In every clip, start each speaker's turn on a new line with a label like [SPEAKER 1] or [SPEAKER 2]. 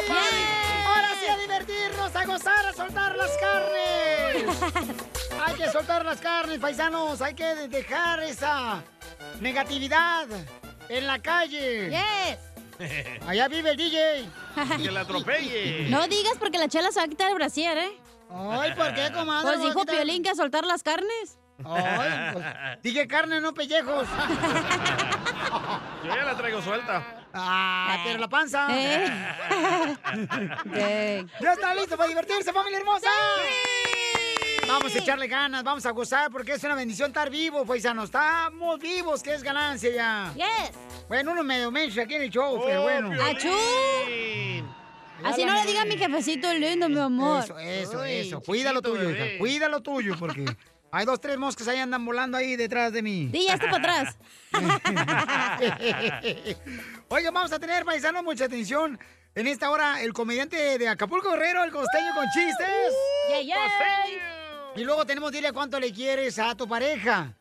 [SPEAKER 1] soltar las carnes, paisanos. Hay que dejar esa negatividad en la calle.
[SPEAKER 2] Yes.
[SPEAKER 1] Allá vive el DJ.
[SPEAKER 3] Que la atropelle.
[SPEAKER 2] No digas porque la chela se va a quitar el brasier, ¿eh?
[SPEAKER 1] Ay, ¿por qué, comadre?
[SPEAKER 2] Pues dijo Piolín que a soltar las carnes.
[SPEAKER 1] Ay, pues, dije carne, no pellejos.
[SPEAKER 3] Yo ya la traigo suelta.
[SPEAKER 1] Ah, pero la panza.
[SPEAKER 2] Eh. Eh.
[SPEAKER 1] ¿Ya está listo para divertirse, familia hermosa? Vamos a echarle ganas, vamos a gozar porque es una bendición estar vivo, paisano. Estamos vivos, que es ganancia ya.
[SPEAKER 2] Yes.
[SPEAKER 1] Bueno, uno medio mensa aquí en el show, pero
[SPEAKER 2] Oh,
[SPEAKER 1] bueno.
[SPEAKER 2] Piolín. ¡Achú! Así no le diga a mi jefecito lindo, mi amor.
[SPEAKER 1] Eso, eso, eso. Cuida lo tuyo, hija.
[SPEAKER 2] bebé.
[SPEAKER 1] Cuida lo tuyo, porque hay dos, tres moscas ahí andan volando ahí detrás de mí.
[SPEAKER 2] Di, ya está para atrás.
[SPEAKER 1] Oigan, vamos a tener, paisano, mucha atención. En esta hora, el comediante de Acapulco Guerrero, el costeño con chistes. Y luego tenemos, dile cuánto le quieres a tu pareja.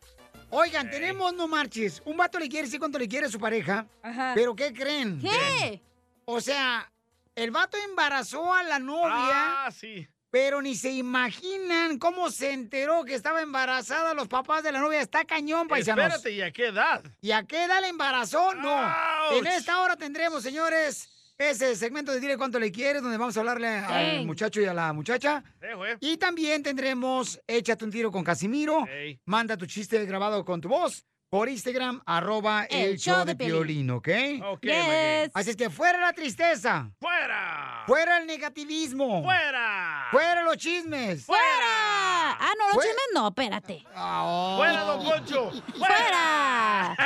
[SPEAKER 1] Oigan, tenemos, no marches. Un vato le quiere decir cuánto le quiere a su pareja.
[SPEAKER 2] Ajá.
[SPEAKER 1] Pero ¿qué creen?
[SPEAKER 2] ¿Qué?
[SPEAKER 1] O sea, el vato embarazó a la novia.
[SPEAKER 3] Ah, sí.
[SPEAKER 1] Pero ni se imaginan cómo se enteró que estaba embarazada los papás de la novia. Está cañón, paisanos.
[SPEAKER 3] Espérate, ¿y a qué edad?
[SPEAKER 1] ¿Y a qué edad le embarazó? No.
[SPEAKER 3] ¡Auch!
[SPEAKER 1] En esta hora tendremos, señores, ese segmento de Dile cuánto le quieres, donde vamos a hablarle al
[SPEAKER 3] Ey.
[SPEAKER 1] muchacho y a la muchacha.
[SPEAKER 3] Eh, güey.
[SPEAKER 1] Y también tendremos Échate un tiro con Casimiro.
[SPEAKER 3] Ey.
[SPEAKER 1] Manda tu chiste grabado con tu voz por Instagram, arroba el, show de
[SPEAKER 3] Piolín.
[SPEAKER 1] Piolín, ¿ok?
[SPEAKER 3] Ok, Yes. Maggie.
[SPEAKER 1] Así es que fuera la tristeza.
[SPEAKER 3] ¡Fuera!
[SPEAKER 1] Fuera el negativismo.
[SPEAKER 3] Ah. ¡Fuera!
[SPEAKER 1] Fuera los chismes.
[SPEAKER 2] ¡Fuera! Ah, no, los
[SPEAKER 1] Fuera.
[SPEAKER 2] chismes no, espérate.
[SPEAKER 1] Ah, oh.
[SPEAKER 3] ¡Fuera, don Poncho!
[SPEAKER 2] ¡Fuera!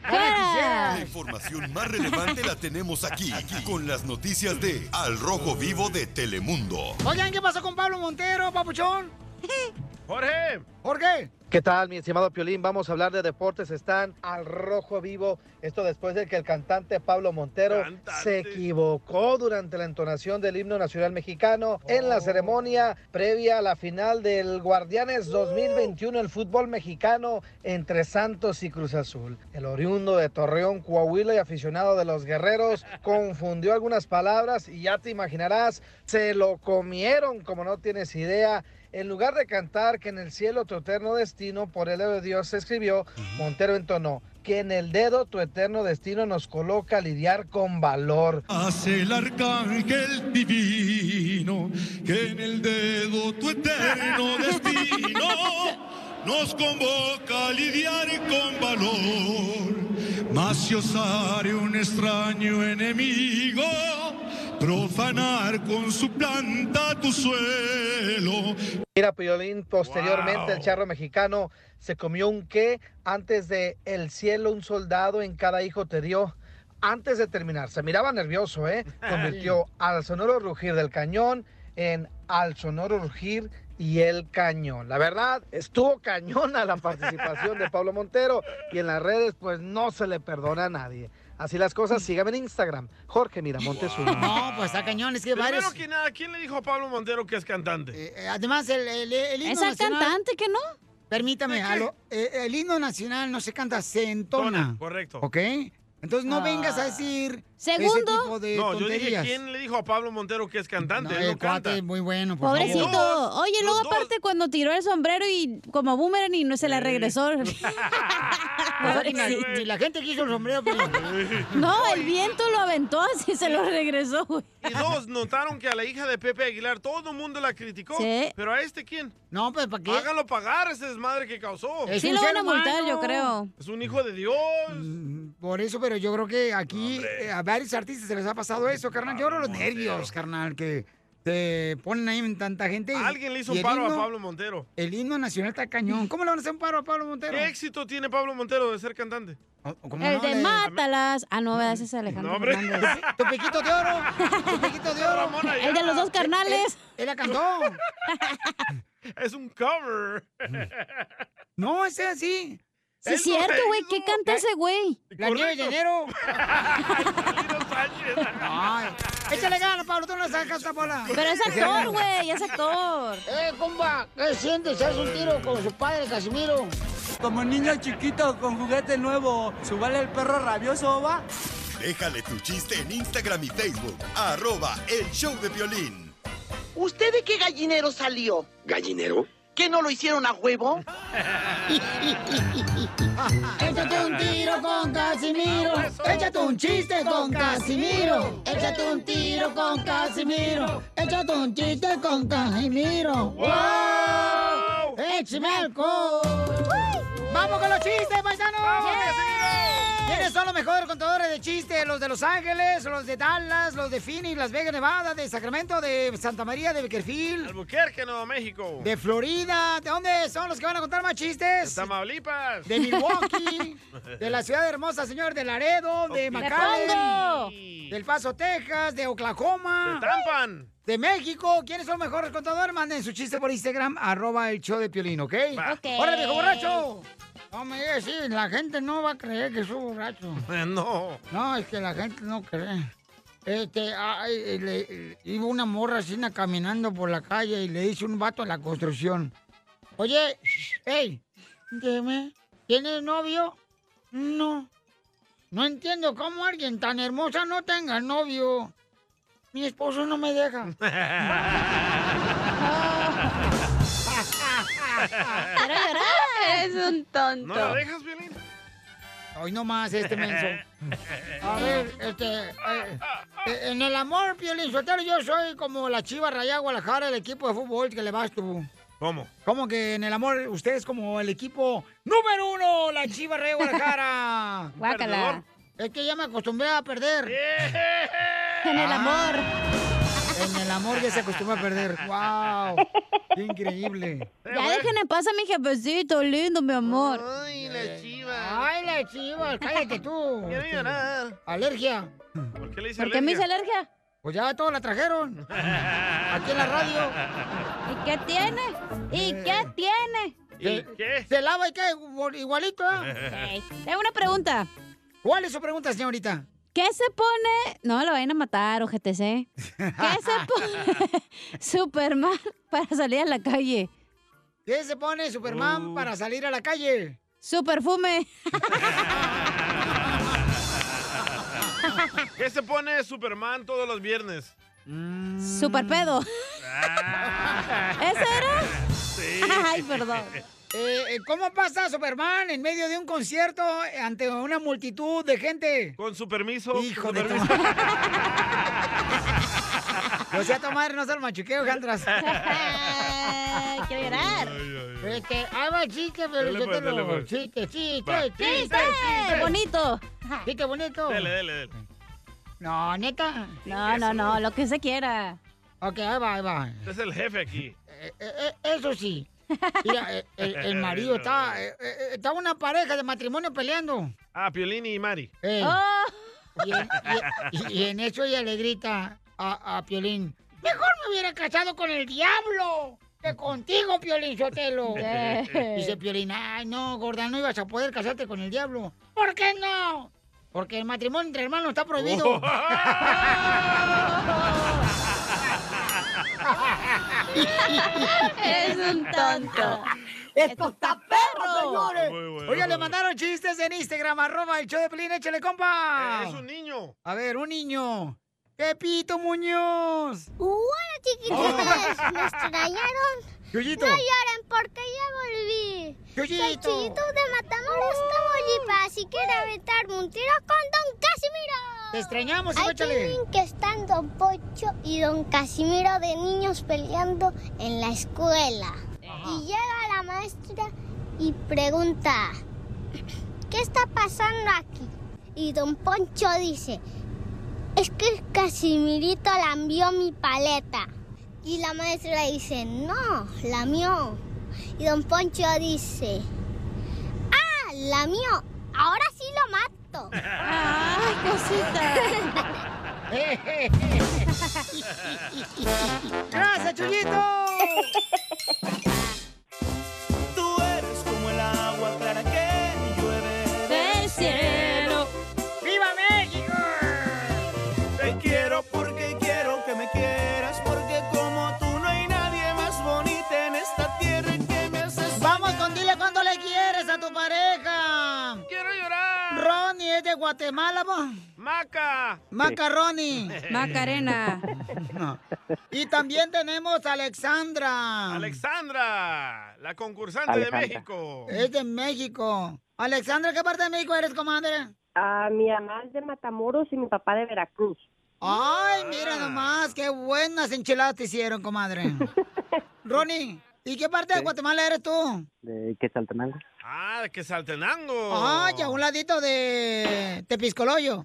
[SPEAKER 4] La
[SPEAKER 2] ¡Fuera!
[SPEAKER 4] información más relevante la tenemos aquí, aquí, con las noticias de Al Rojo Vivo de Telemundo.
[SPEAKER 1] Oigan, ¿qué pasó con Pablo Montero, papuchón?
[SPEAKER 3] Jorge.
[SPEAKER 1] Jorge.
[SPEAKER 5] ¿Qué tal, mi estimado Piolín? Vamos a hablar de deportes. Están al rojo vivo. Esto después de que el cantante Pablo Montero se equivocó durante la entonación del himno nacional mexicano en la ceremonia previa a la final del Guardianes 2021 el fútbol mexicano entre Santos y Cruz Azul. El oriundo de Torreón, Coahuila y aficionado de los guerreros confundió algunas palabras y ya te imaginarás, se lo comieron como no tienes idea. En lugar de cantar que en el cielo tu eterno destino por el dedo de Dios se escribió, Montero entonó que en el dedo tu eterno destino nos coloca a lidiar con valor.
[SPEAKER 6] Hace el arcángel divino que en el dedo tu eterno destino nos convoca a lidiar con valor. Mas si osare un extraño enemigo profanar con su planta tu suelo.
[SPEAKER 5] Mira, Piolín, posteriormente
[SPEAKER 6] Wow.
[SPEAKER 5] el charro mexicano se comió un qué antes de el cielo un soldado en cada hijo te dio. Antes de terminar, se miraba nervioso, ¿eh? Convirtió al sonoro rugir del cañón en al sonoro rugir y el cañón. La verdad, estuvo cañona la participación de Pablo Montero y en las redes pues no se le perdona a nadie. Así las cosas, sígame en Instagram, Jorge Miramontes uno.
[SPEAKER 1] No, pues está cañón, es que
[SPEAKER 3] Primero
[SPEAKER 1] varios.
[SPEAKER 3] que nada, ¿quién le dijo a Pablo Montero que es cantante?
[SPEAKER 1] Eh, Además, el, el, el himno
[SPEAKER 2] Es al cantante,
[SPEAKER 1] que no? Permítame, a lo- eh, el himno nacional no se canta, se entona.
[SPEAKER 3] Tona, correcto.
[SPEAKER 1] ¿Ok? Entonces
[SPEAKER 2] Ah.
[SPEAKER 1] no vengas a decir ese tipo de
[SPEAKER 3] no, yo
[SPEAKER 1] tonterías.
[SPEAKER 3] dije, ¿quién le dijo a Pablo Montero que es cantante?
[SPEAKER 1] No,
[SPEAKER 3] Él no
[SPEAKER 1] el cuate
[SPEAKER 3] canta.
[SPEAKER 1] es muy bueno, por
[SPEAKER 2] Pobrecito.
[SPEAKER 1] favor.
[SPEAKER 2] Oye, luego aparte cuando tiró el sombrero y como boomerang y no se le regresó.
[SPEAKER 1] O sea, ni, la, Pues, ni la gente quiso el sombrero, pues, pero...
[SPEAKER 2] No, el viento lo aventó así se lo regresó, güey.
[SPEAKER 3] Y dos, notaron que a la hija de Pepe Aguilar todo el mundo la criticó.
[SPEAKER 2] Sí.
[SPEAKER 3] Pero a este, ¿quién?
[SPEAKER 1] No, pues, ¿para qué?
[SPEAKER 3] Háganlo pagar ese desmadre que causó.
[SPEAKER 1] Es Sí un lo ser van a multar, humano. yo creo.
[SPEAKER 3] Es un hijo de Dios.
[SPEAKER 1] Mm, Por eso, pero yo creo que aquí eh, a varios artistas se les ha pasado eso, carnal. Yo creo los nervios, carnal, que te ponen ahí en tanta gente.
[SPEAKER 3] Alguien le hizo
[SPEAKER 1] Y
[SPEAKER 3] un
[SPEAKER 1] el
[SPEAKER 3] paro a
[SPEAKER 1] himno-
[SPEAKER 3] Pablo Montero.
[SPEAKER 1] El himno nacional está cañón. ¿Cómo le van a hacer un paro a Pablo Montero? Oh,
[SPEAKER 3] ¿Qué éxito tiene Pablo Montero de ser cantante?
[SPEAKER 2] El de
[SPEAKER 1] Eh,
[SPEAKER 2] Mátalas. Ah, no, ese es Alejandro
[SPEAKER 3] No, hombre.
[SPEAKER 2] Fernández.
[SPEAKER 1] Tu piquito de oro. Tu piquito de oro.
[SPEAKER 2] El de los dos carnales.
[SPEAKER 1] Él la cantó.
[SPEAKER 3] Es un cover.
[SPEAKER 1] No, ese así.
[SPEAKER 2] Sí, es cierto, güey. ¿Qué canta ese güey?
[SPEAKER 1] La nieve de enero. Ay, échale ganas, Pablo. Tú no le sacas esta bola.
[SPEAKER 2] Pero es actor, güey. Es actor.
[SPEAKER 1] Eh, comba, ¿qué sientes? ¿Haz un tiro con su padre, Casimiro?
[SPEAKER 7] Como niño chiquito con juguete nuevo, subale el perro rabioso, va.
[SPEAKER 4] Déjale tu chiste en Instagram y Facebook, arroba el show de Piolín.
[SPEAKER 8] ¿Usted de qué gallinero salió?
[SPEAKER 9] ¿Gallinero?
[SPEAKER 8] ¿Qué no lo hicieron a huevo?
[SPEAKER 1] Échate un tiro con Casimiro. Échate un chiste Ah, pues, con Casimiro. Échate un tiro con Casimiro. Échate un chiste con Casimiro. ¡Wow! ¡Échame alcohol! ¡Vamos con los chistes, paisanos! ¿Quiénes son los mejores contadores de chistes? ¿Los de Los Ángeles, los de Dallas, los de Phoenix, Las Vegas, Nevada, de Sacramento, de Santa María, de Beckerfield?
[SPEAKER 3] Albuquerque, Nuevo México.
[SPEAKER 1] De Florida, ¿de dónde son los que van a contar más chistes? De
[SPEAKER 3] Tamaulipas.
[SPEAKER 1] De Milwaukee. de la ciudad hermosa, señor, de Laredo, de
[SPEAKER 2] Pongo.
[SPEAKER 1] McAllen. Del Paso, Texas, de Oklahoma.
[SPEAKER 2] De Tampan.
[SPEAKER 1] De México. ¿Quiénes son los mejores contadores? Manden su chiste por Instagram, arroba el show de Piolín, ¿ok?
[SPEAKER 2] Ok.
[SPEAKER 1] ¡Órale, viejo borracho! No me digas, sí, la gente no va a creer que soy borracho.
[SPEAKER 3] No.
[SPEAKER 1] No, es que la gente no cree. Este, ay, eh, le- eh, iba una morra así na, caminando por la calle y le dice un vato a la construcción. Oye, hey, dime, ¿tienes novio? No. No entiendo cómo alguien tan hermosa no tenga novio. Mi esposo no me deja.
[SPEAKER 2] Quiero llorar. Es un tonto.
[SPEAKER 1] ¿No la dejas,
[SPEAKER 3] Violín?
[SPEAKER 1] Hoy nomás este menso. A ver, este. eh, eh, en el amor, Piolín Sotelo, yo soy como la chiva rayada Guadalajara, el equipo de fútbol que le vas tú.
[SPEAKER 3] ¿Cómo?
[SPEAKER 1] Como que en el amor, usted es como el equipo número uno, la chiva rayada Guadalajara.
[SPEAKER 2] Guácala. ¿Perdedor?
[SPEAKER 1] Es que ya me acostumbré a perder. En
[SPEAKER 2] el amor.
[SPEAKER 1] En el amor ya se acostumbra a perder. ¡Wow! ¡Qué increíble!
[SPEAKER 2] Ya dejen en paz a mi jefecito, lindo, mi amor.
[SPEAKER 1] Ay, la chiva. Ay, la chiva, cállate tú.
[SPEAKER 2] Quiero llorar.
[SPEAKER 1] Alergia.
[SPEAKER 3] ¿Por qué le hice
[SPEAKER 2] ¿Por qué me hice alergia?
[SPEAKER 1] Pues ya todos la trajeron. Aquí en la radio.
[SPEAKER 2] ¿Y qué tiene? ¿Y
[SPEAKER 1] Eh.
[SPEAKER 2] qué tiene?
[SPEAKER 1] ¿Y qué? Se lava y cae igual- igualito.
[SPEAKER 2] ¿eh? Tengo una pregunta.
[SPEAKER 1] ¿Cuál es su pregunta, señorita?
[SPEAKER 2] ¿Qué se pone? No, lo vayan a matar, OGTC. ¿Qué se pone Superman para salir a la calle?
[SPEAKER 1] ¿Qué se pone Superman
[SPEAKER 3] Uh.
[SPEAKER 1] para salir a la calle?
[SPEAKER 2] Su perfume.
[SPEAKER 3] ¿Qué se pone Superman todos los viernes?
[SPEAKER 2] Super pedo. ¿Ese era? Ay, perdón.
[SPEAKER 1] Eh, eh, ¿Cómo pasa Superman en medio de un concierto eh, ante una multitud de gente?
[SPEAKER 3] Con su permiso.
[SPEAKER 1] Hijo
[SPEAKER 3] con
[SPEAKER 1] de
[SPEAKER 3] su
[SPEAKER 1] tu
[SPEAKER 3] permiso.
[SPEAKER 1] O sea, tu madre no se lo machuqueo, Jandras.
[SPEAKER 2] Quiero llorar.
[SPEAKER 1] Este, ahí va el chiste, pero
[SPEAKER 2] Dale,
[SPEAKER 1] yo
[SPEAKER 2] pues,
[SPEAKER 1] te lo-
[SPEAKER 2] dale, pues.
[SPEAKER 1] Chiste, chiste,
[SPEAKER 2] Va.
[SPEAKER 1] chiste,
[SPEAKER 2] Chiste, chiste. Bonito.
[SPEAKER 1] Chiste bonito.
[SPEAKER 2] Dele,
[SPEAKER 3] dele, dele.
[SPEAKER 1] No, neta.
[SPEAKER 2] No, no, no, lo que se quiera.
[SPEAKER 1] Ok, ahí va, ahí va.
[SPEAKER 3] Este es el jefe aquí.
[SPEAKER 1] Eh, eh, eso sí. Mira, eh, el, el marido está. eh, eh, está una pareja de matrimonio peleando.
[SPEAKER 3] Ah, Piolín y Mari.
[SPEAKER 1] Ey.
[SPEAKER 3] Oh.
[SPEAKER 2] Oh.
[SPEAKER 1] Y, en, y- y en eso ella le grita a, a Piolín: Mejor me hubiera casado con el diablo que contigo, Piolín Sotelo.
[SPEAKER 2] Sí.
[SPEAKER 1] Dice Piolín: Ay, no, gorda, no ibas a poder casarte con el diablo. ¿Por qué no? Porque el matrimonio entre hermanos está prohibido.
[SPEAKER 2] es un tonto.
[SPEAKER 1] ¡Esto está perro, señores!
[SPEAKER 2] Muy bueno,
[SPEAKER 1] Oiga, le
[SPEAKER 2] muy
[SPEAKER 1] mandaron chistes en Instagram, arroba el show de Pelín, échale compa.
[SPEAKER 3] Eh, es un niño.
[SPEAKER 1] A ver, un niño. ¡Pepito Muñoz!
[SPEAKER 9] Hola chiquititas, ¿me extrañaron?
[SPEAKER 1] Yuyito.
[SPEAKER 9] No lloren porque ya volví.
[SPEAKER 1] Yuyito.
[SPEAKER 9] Soy Chuyito de Matamoros, Tamaulipas y quiero aventarme un tiro con Don Casimiro.
[SPEAKER 1] Te extrañamos, hijo,
[SPEAKER 9] Ahí
[SPEAKER 1] échale.
[SPEAKER 9] tienen que están Don Pocho y Don Casimiro de niños peleando en la escuela. Y llega la maestra y pregunta, ¿qué está pasando aquí? Y Don Poncho dice, es que Casimirito lambió mi paleta. Y la maestra dice, no, lamió. Y don Poncho dice, ah, lamió, ahora sí lo mato.
[SPEAKER 2] ¡Ay,
[SPEAKER 9] cosita!
[SPEAKER 1] ¡Gracias, Chuyito!
[SPEAKER 10] Tú eres como el agua clara que llueve
[SPEAKER 2] del cielo.
[SPEAKER 1] ¡Viva México!
[SPEAKER 10] Te quiero porque quiero que me quieras, porque como tú no hay nadie más bonita en esta tierra que me hace
[SPEAKER 1] Vamos con dile cuánto le quieres a tu pareja.
[SPEAKER 3] Quiero llorar.
[SPEAKER 1] Ronnie es de Guatemala, po.
[SPEAKER 3] Maca.
[SPEAKER 1] Macaroni.
[SPEAKER 2] Macarena.
[SPEAKER 1] Y también tenemos a Alexandra.
[SPEAKER 3] Alexandra, la concursante de
[SPEAKER 8] Alejandra.
[SPEAKER 3] México.
[SPEAKER 1] Es de México. Alexandra, ¿qué parte de México eres, comadre?
[SPEAKER 8] Ah, mi mamá es de Matamoros y mi papá de Veracruz.
[SPEAKER 1] Ay, mira nomás, qué buenas enchiladas te hicieron, comadre. Ronnie, ¿y qué parte de Guatemala eres tú?
[SPEAKER 11] de Quetzaltenango.
[SPEAKER 3] Ah, que saltenango.
[SPEAKER 1] Ay, a un ladito de Tepiscoloyo.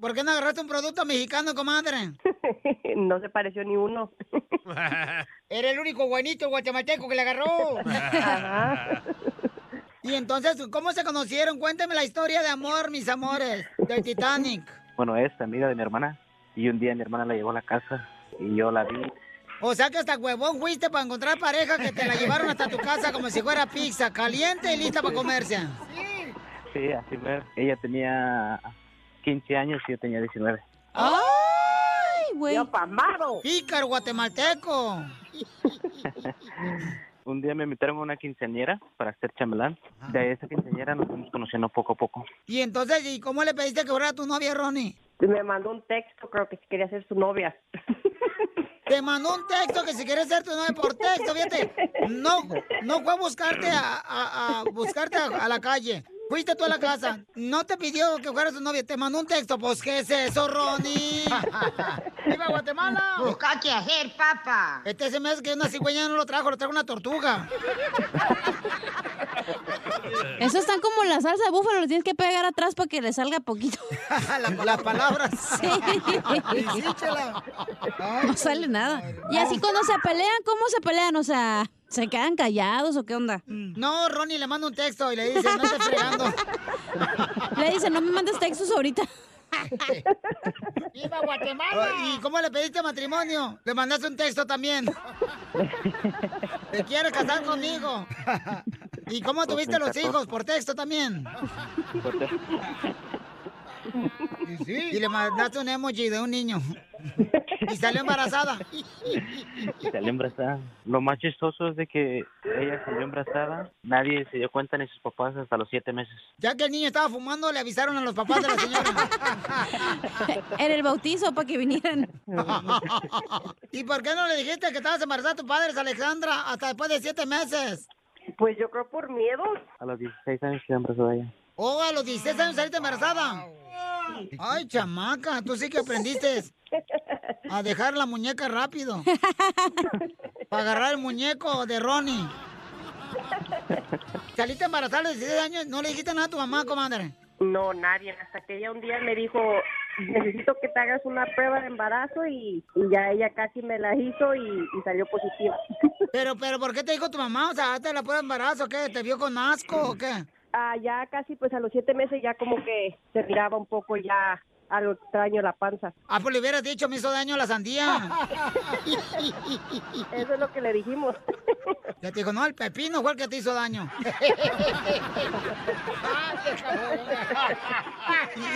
[SPEAKER 1] ¿Por qué no agarraste un producto mexicano, comadre?
[SPEAKER 8] no se pareció ni uno.
[SPEAKER 1] Era el único guanito guatemalteco que le agarró.
[SPEAKER 8] Ajá.
[SPEAKER 1] Y entonces, ¿cómo se conocieron? Cuéntame la historia de amor, mis amores, del Titanic.
[SPEAKER 11] Bueno, es amiga de mi hermana. Y un día mi hermana la llevó a la casa y yo la vi.
[SPEAKER 1] O sea que hasta huevón fuiste para encontrar pareja que te la llevaron hasta tu casa como si fuera pizza, caliente y lista para comerse.
[SPEAKER 11] Sí, así fue. Ella tenía 15 años y yo tenía 19.
[SPEAKER 1] ¡Ay, güey!
[SPEAKER 8] ¡Apamado!
[SPEAKER 1] ¡Pícaro guatemalteco!
[SPEAKER 11] Un día me invitaron a una quinceañera para hacer chamelán. De esa quinceañera nos fuimos conociendo poco a poco.
[SPEAKER 1] Y entonces, ¿y cómo le pediste que fuera tu novia, Ronnie?
[SPEAKER 8] Me mandó un texto, creo que si quería ser su novia.
[SPEAKER 1] Te mandó un texto que si quieres ser tu novia por texto, fíjate. No, no fue a buscarte a, a- a buscarte a, a la calle. Fuiste tú a la casa. No te pidió que fuera su novia. Te mandó un texto. Pues, ¿qué es eso, Ronnie? ¡Viva Guatemala! Busca que hacer, papa. Este se me hace que una cigüeña no lo trajo, lo trajo una tortuga.
[SPEAKER 2] Eso están como la salsa de búfalo, lo tienes que pegar atrás para que le salga poquito.
[SPEAKER 1] las palabras.
[SPEAKER 2] Sí.
[SPEAKER 1] Y sí, chela.
[SPEAKER 2] No sale nada. Y así cuando se pelean, ¿cómo se pelean? O sea, ¿se quedan callados o qué onda?
[SPEAKER 1] Mm. No, Ronnie le manda un texto y le dice, no estés fregando.
[SPEAKER 2] Le dice, no me mandes textos ahorita.
[SPEAKER 1] ¡Viva Guatemala! ¿Y cómo le pediste matrimonio? Le mandaste un texto también. ¿Te quieres casar conmigo? ¿Y cómo
[SPEAKER 11] Por
[SPEAKER 1] tuviste los
[SPEAKER 11] texto.
[SPEAKER 1] hijos? Por texto también. Y le mandaste un emoji de un niño. Y salió embarazada.
[SPEAKER 11] Y salió embarazada. Lo más chistoso es de que ella salió embarazada. Nadie se dio cuenta ni sus papás hasta los siete meses.
[SPEAKER 1] Ya que el niño estaba fumando, le avisaron a los papás de la señora.
[SPEAKER 2] En el bautizo para que vinieran.
[SPEAKER 1] ¿Y por qué no le dijiste que estabas embarazada a tus padres, Alexandra, hasta después de siete meses?
[SPEAKER 8] Pues yo creo por miedo.
[SPEAKER 11] A los 16 años quedó embarazada ella.
[SPEAKER 1] Oh, a los 16 años saliste embarazada. Ay, chamaca, tú sí que aprendiste a dejar la muñeca rápido. Para agarrar el muñeco de Ronnie. Saliste embarazada a los 16 años, no le dijiste nada a tu mamá, comadre.
[SPEAKER 8] No, nadie. Hasta que ella un día me dijo, necesito que te hagas una prueba de embarazo y, y ya ella casi me la hizo y, y salió positiva.
[SPEAKER 1] Pero, pero, ¿por qué te dijo tu mamá? O sea, ¿te la prueba de embarazo? ¿Qué? ¿Te vio con asco o qué?
[SPEAKER 8] Ah, ya casi, pues a los siete meses ya como que se miraba un poco ya algo extraño la panza.
[SPEAKER 1] Ah, pues le hubieras dicho, me hizo daño la sandía.
[SPEAKER 8] Eso es lo que le dijimos.
[SPEAKER 1] Ya te dijo, no, el pepino fue el que te hizo daño.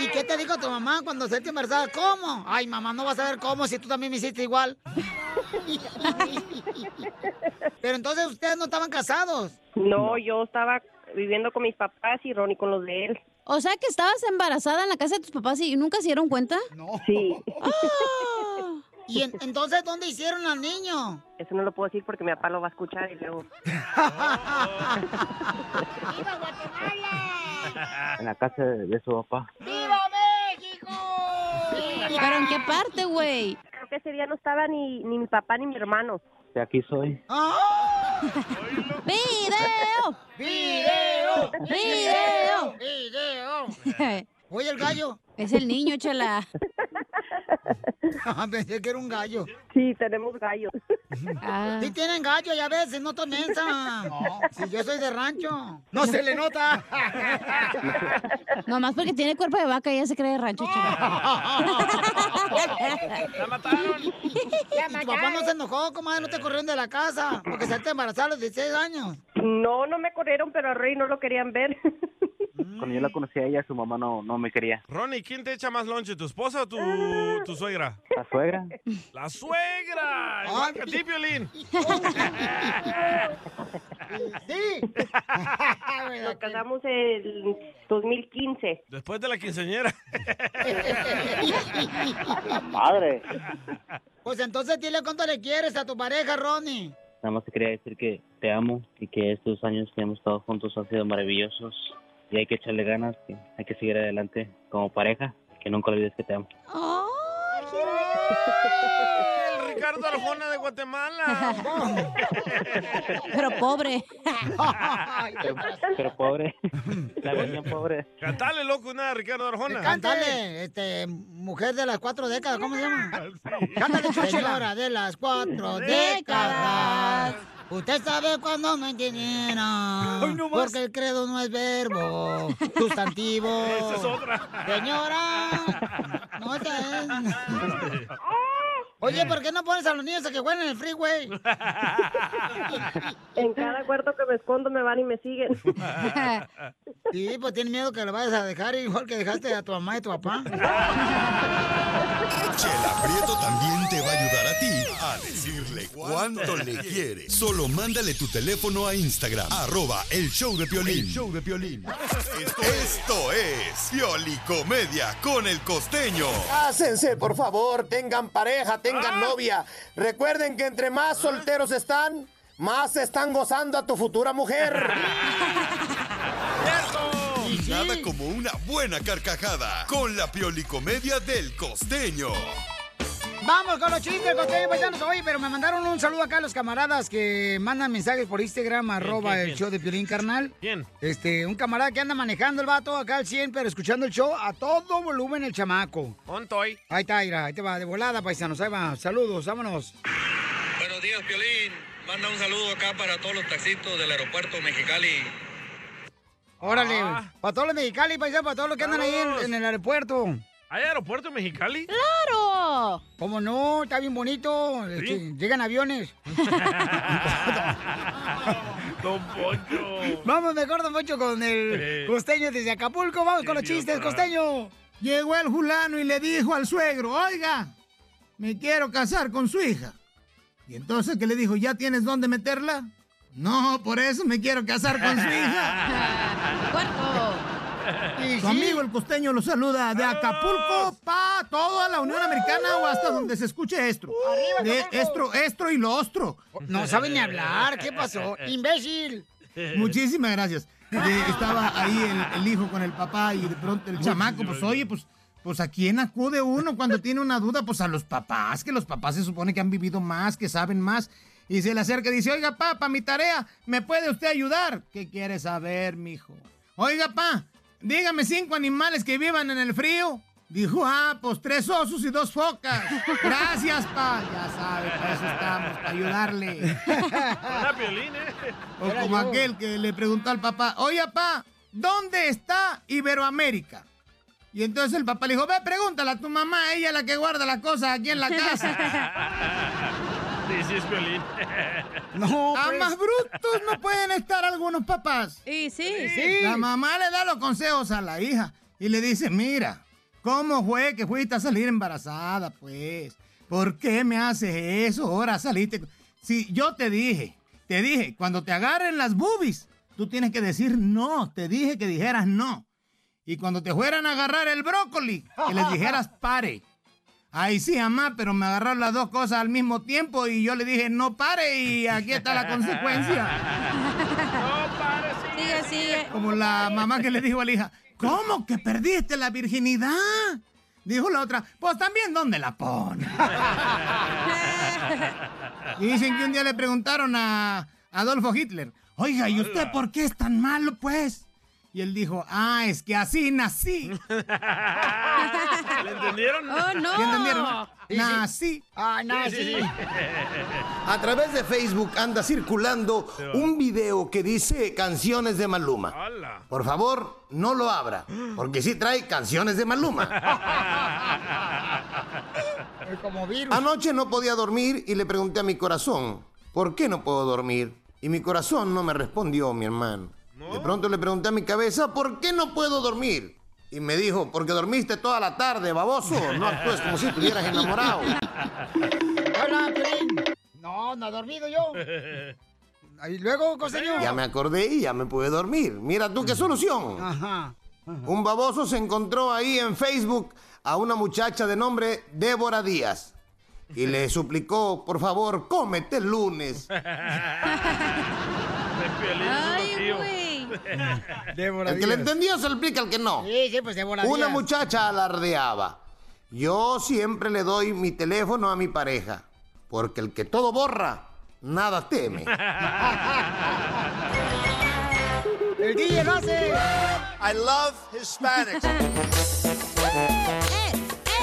[SPEAKER 1] ¿Y, y qué te dijo tu mamá cuando se te embarazada? ¿Cómo? Ay, mamá, no vas a ver cómo si tú también me hiciste igual. Pero entonces ustedes no estaban casados.
[SPEAKER 8] No, yo estaba viviendo con mis papás y Ronnie con los de él.
[SPEAKER 2] O sea que estabas embarazada en la casa de tus papás y nunca se dieron cuenta. Ah.
[SPEAKER 1] No.
[SPEAKER 8] Sí.
[SPEAKER 1] ¿Y en- entonces dónde hicieron al niño?
[SPEAKER 8] Eso no lo puedo decir porque mi papá lo va a escuchar y luego...
[SPEAKER 1] ¡Viva
[SPEAKER 11] En la casa de, de su papá.
[SPEAKER 1] ¡Viva México!
[SPEAKER 2] ¿Pero en qué parte, güey?
[SPEAKER 8] Creo que ese día no estaba ni, ni mi papá ni mi hermano.
[SPEAKER 11] De aquí soy.
[SPEAKER 2] ¡Ah! ¡Video!
[SPEAKER 1] ¡Video!
[SPEAKER 2] ¡Video!
[SPEAKER 1] ¡Video! Oye, el gallo.
[SPEAKER 2] Es el niño, chela.
[SPEAKER 1] Ah, Pensé que era un gallo.
[SPEAKER 8] Sí, tenemos gallos.
[SPEAKER 2] Ah.
[SPEAKER 1] Sí tienen gallo, ya ves, no tomen mensa. Si yo soy de rancho. No se le nota.
[SPEAKER 2] Nomás porque tiene cuerpo de vaca y ya se cree de rancho, chela.
[SPEAKER 1] La mataron. Y tu papá no se enojó, comadre, no te corrieron de la casa. Porque se te embarazaron a los 16 años.
[SPEAKER 8] No, no me corrieron, pero al rey no lo querían ver.
[SPEAKER 11] Cuando yo la conocí a ella, su mamá no, no me quería.
[SPEAKER 3] Ronnie, ¿quién te echa más lonche, tu esposa o tu, tu suegra?
[SPEAKER 11] La suegra.
[SPEAKER 3] La suegra. Igual que a ti, Piolín.
[SPEAKER 1] Sí.
[SPEAKER 8] Nos casamos el 2015.
[SPEAKER 3] Después de la quinceañera.
[SPEAKER 11] Padre.
[SPEAKER 1] Pues entonces dile cuánto le quieres a tu pareja, Ronnie.
[SPEAKER 11] Nada más te quería decir que te amo y que estos años que hemos estado juntos han sido maravillosos y hay que echarle ganas, que hay que seguir adelante como pareja, que nunca olvides que te amo.
[SPEAKER 3] El Ricardo Arjona de Guatemala.
[SPEAKER 6] Pero pobre.
[SPEAKER 11] Pero, pero pobre, la versión pobre.
[SPEAKER 3] Cantale, loco, una de Ricardo Arjona.
[SPEAKER 1] Cántale, este, mujer de las cuatro décadas, ¿cómo se llama?
[SPEAKER 12] Ah,
[SPEAKER 1] Cántale, Señora de las cuatro décadas. Usted sabe cuándo me entiendan. porque el credo no es verbo, sustantivo.
[SPEAKER 12] Esa es otra.
[SPEAKER 1] Señora, no sé. Oye, ¿por qué no pones a los niños a que jueguen en el freeway?
[SPEAKER 8] En cada cuarto que me escondo me van y me siguen.
[SPEAKER 1] Sí, pues tienen miedo que lo vayas a dejar igual que dejaste a tu mamá y tu papá.
[SPEAKER 4] Chela Prieto también te va a ayudar a ti a decirle cuánto le quiere. Solo mándale tu teléfono a Instagram, arroba el show de Piolín.
[SPEAKER 13] El
[SPEAKER 4] show de Esto es Piolicomedia con el costeño.
[SPEAKER 10] Cásense, por favor, tengan pareja, tengan
[SPEAKER 1] Ah.
[SPEAKER 10] novia. Recuerden que entre más solteros están, más están gozando a tu futura mujer.
[SPEAKER 4] Y nada como una buena carcajada con la Piolicomedia del costeño.
[SPEAKER 1] Vamos con los chistes, costeño, paisanos. Oye, pero me mandaron un saludo acá a los camaradas que mandan mensajes por Instagram, arroba
[SPEAKER 3] quién,
[SPEAKER 1] el
[SPEAKER 3] quién?
[SPEAKER 1] show de Piolín Carnal.
[SPEAKER 3] ¿Quién?
[SPEAKER 1] Este, un camarada que anda manejando el vato acá al 100, pero escuchando el show a todo volumen el chamaco.
[SPEAKER 3] Oh, Ontoy.
[SPEAKER 1] Ahí está, Ira, ahí te va, de volada, paisanos, ahí va. Saludos, vámonos.
[SPEAKER 5] Buenos días, Piolín. Manda un saludo acá para todos los taxistas del aeropuerto Mexicali.
[SPEAKER 1] Órale,
[SPEAKER 5] Ah.
[SPEAKER 1] para todos los mexicanos, paisanos, para todos los que andan ahí en,
[SPEAKER 3] Saludos.
[SPEAKER 1] en el aeropuerto.
[SPEAKER 3] ¿Hay aeropuerto en Mexicali?
[SPEAKER 1] ¡Claro! ¿Cómo no? Está bien bonito. este, Llegan aviones.
[SPEAKER 12] Don Poncho.
[SPEAKER 1] Vamos mejor, don Poncho, con el
[SPEAKER 12] Sí.
[SPEAKER 1] costeño desde Acapulco. Vamos con los chistes, costeño.
[SPEAKER 14] Llegó el fulano y le dijo al suegro, oiga, me quiero casar con su hija. Y entonces que le dijo, ¿ya tienes dónde meterla? No, por eso me quiero casar con su hija. Su amigo el costeño lo saluda de Acapulco para toda la Unión Americana o hasta donde se escuche esto. De estro, estro y lo ostro.
[SPEAKER 1] No sabe ni hablar, ¿qué pasó? ¡Imbécil!
[SPEAKER 14] Muchísimas gracias. De- estaba ahí el, el hijo con el papá y de pronto el chamaco, pues oye, pues, pues a quién acude uno cuando tiene una duda, pues a los papás, que los papás se supone que han vivido más, que saben más. Y se le acerca y dice, oiga, pa, para mi tarea, ¿me puede usted ayudar? ¿Qué quiere saber, mijo? Oiga, pa, dígame cinco animales que vivan en el frío. Dijo, ah, pues tres osos y dos focas. Gracias, pa. Ya sabe, para eso estamos, para ayudarle.
[SPEAKER 3] Hola, Piolín, ¿eh?
[SPEAKER 14] O como aquel que le preguntó al papá, oye, papá, ¿dónde está Iberoamérica? Y entonces el papá le dijo, ve, pregúntala a tu mamá, ella es la que guarda las cosas aquí en la casa.
[SPEAKER 3] Sí, sí, es Piolín.
[SPEAKER 14] A más brutos no pueden estar algunos papás.
[SPEAKER 6] Y sí.
[SPEAKER 3] Sí.
[SPEAKER 14] La mamá le da los consejos a la hija y le dice, mira, ¿cómo fue que fuiste a salir embarazada, pues? ¿Por qué me haces eso? Ahora saliste... con-". Si yo te dije, te dije, cuando te agarren las boobies, tú tienes que decir no. Te dije que dijeras no. Y cuando te fueran a agarrar el brócoli, que les dijeras pare. Ahí sí, mamá, pero me agarraron las dos cosas al mismo tiempo y yo le dije no pare y aquí está la consecuencia.
[SPEAKER 6] Sigue, sigue.
[SPEAKER 14] Como la mamá que le dijo a la hija, ¿cómo que perdiste la virginidad? Dijo la otra, pues también dónde la pone. Y dicen que un día le preguntaron a Adolfo Hitler, oiga, ¿y usted por qué es tan malo, pues? Y él dijo, ah, es que así nací.
[SPEAKER 3] ¿Le entendieron?
[SPEAKER 10] Oh,
[SPEAKER 14] ¿Ya entendieron? Nací.
[SPEAKER 1] Ah,
[SPEAKER 3] Sí, sí, sí.
[SPEAKER 10] A través de Facebook anda circulando un video que dice canciones de Maluma. Por favor, no lo abra, porque sí trae canciones de Maluma.
[SPEAKER 1] Como virus.
[SPEAKER 10] Anoche no podía dormir y le pregunté a mi corazón, ¿por qué no puedo dormir? Y mi corazón no me respondió, mi hermano. De pronto le pregunté a mi cabeza, ¿por qué no puedo dormir? Y me dijo, porque dormiste toda la tarde, baboso. No actúes como si estuvieras enamorado.
[SPEAKER 1] Hola, Piolín. No, no he dormido yo. Y luego, costeño.
[SPEAKER 14] Ya me acordé y ya me pude dormir. Mira tú qué solución. Un baboso se encontró ahí en Facebook a una muchacha de nombre Débora Díaz y le suplicó, por favor, cómete el lunes.
[SPEAKER 1] Ay, güey. Débora
[SPEAKER 14] el que le
[SPEAKER 1] Díaz.
[SPEAKER 14] entendió se le explica al que no.
[SPEAKER 1] Sí, sí, pues Débora
[SPEAKER 14] Una
[SPEAKER 1] Díaz.
[SPEAKER 14] muchacha alardeaba. Yo siempre le doy mi teléfono a mi pareja, porque el que todo borra, nada teme.
[SPEAKER 1] El DJ lo hace.
[SPEAKER 10] I love Hispanics.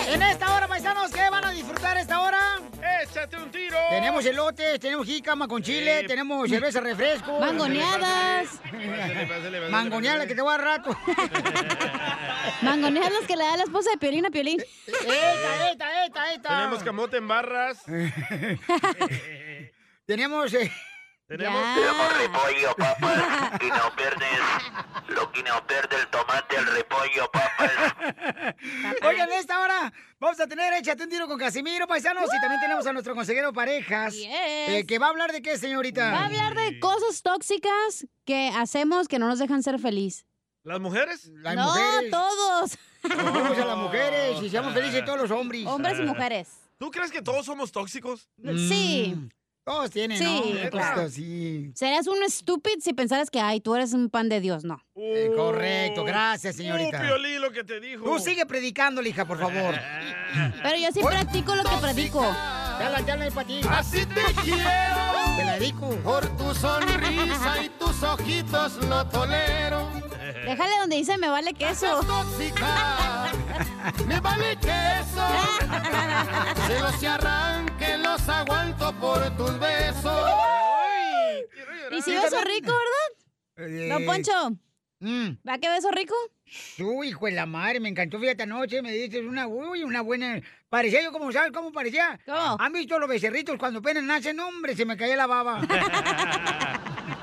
[SPEAKER 1] En esta hora, paisanos, ¿qué van a disfrutar esta hora?
[SPEAKER 3] ¡Échate un tiro!
[SPEAKER 1] Tenemos elotes, tenemos jícama con chile,
[SPEAKER 3] Sí.
[SPEAKER 1] tenemos cerveza refresco.
[SPEAKER 2] Mangoneadas.
[SPEAKER 3] Pásale, pásale, pásale,
[SPEAKER 1] Mangoneadas la que te voy a dar rato.
[SPEAKER 2] Mangoneas las que le da la esposa de Piolín a Piolín.
[SPEAKER 1] ¡Eta, eta, eta, eta!
[SPEAKER 3] Tenemos camote en barras.
[SPEAKER 1] Tenemos... eh,
[SPEAKER 3] Tenemos-
[SPEAKER 15] Tenemos repollo, papas, quineo verdes. Lo quineo verde, el tomate, el repollo, papas.
[SPEAKER 1] Oigan, en esta hora vamos a tener Échate un tiro con Casimiro, paisanos, y también tenemos a nuestro consejero parejas. eh, que va a hablar de qué, señorita.
[SPEAKER 2] Va a hablar de cosas tóxicas que hacemos que no nos dejan ser feliz.
[SPEAKER 3] ¿Las mujeres?
[SPEAKER 1] Las
[SPEAKER 2] no,
[SPEAKER 1] mujeres.
[SPEAKER 2] todos.
[SPEAKER 1] Vamos a las mujeres y seamos felices todos los hombres.
[SPEAKER 2] Hombres y mujeres. Mm.
[SPEAKER 3] ¿Tú crees que todos somos tóxicos?
[SPEAKER 2] Sí.
[SPEAKER 1] Todos tienen,
[SPEAKER 2] Sí,
[SPEAKER 1] ¿no?
[SPEAKER 2] claro.
[SPEAKER 1] Cositas, sí.
[SPEAKER 2] Serías un estúpido si pensaras que, ay, tú eres un pan de Dios. No.
[SPEAKER 1] Eh, correcto, gracias,
[SPEAKER 3] Uh,
[SPEAKER 1] señorita.
[SPEAKER 3] Piolín, lo que te dijo.
[SPEAKER 1] Tú sigue predicando, hija, por favor.
[SPEAKER 2] Pero yo sí practico lo que predico.
[SPEAKER 1] Ya la, ya la hay para ti.
[SPEAKER 10] Así te quiero.
[SPEAKER 1] Te la dedico.
[SPEAKER 10] Por tu sonrisa y tus ojitos no tolero.
[SPEAKER 2] Déjale donde dice me vale queso.
[SPEAKER 10] Tóxica. Me vale queso. Se los y arranque los aguanto por tus besos.
[SPEAKER 2] Y si beso rico, ¿verdad?
[SPEAKER 1] Eh,
[SPEAKER 2] Don Poncho. ¿Va que beso rico?
[SPEAKER 1] mm. Uy, hijo de la madre, me encantó. Fíjate anoche, me diste una, uy, una buena. Parecía yo como, ¿sabes cómo parecía? ¿Han visto los becerritos cuando apenas nacen? Hombre, se me caía la baba.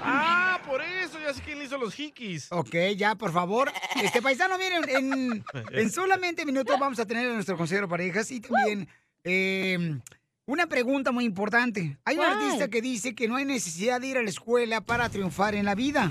[SPEAKER 3] Ah, por eso, ya sé quién le hizo los hikis.
[SPEAKER 1] ok, ya, por favor. Este paisano, miren, en, en solamente minutos vamos a tener a nuestro consejero parejas y también eh, una pregunta muy importante. Hay un
[SPEAKER 10] ¿Cuál?
[SPEAKER 1] artista que dice que no hay necesidad de ir a la escuela para triunfar en la vida.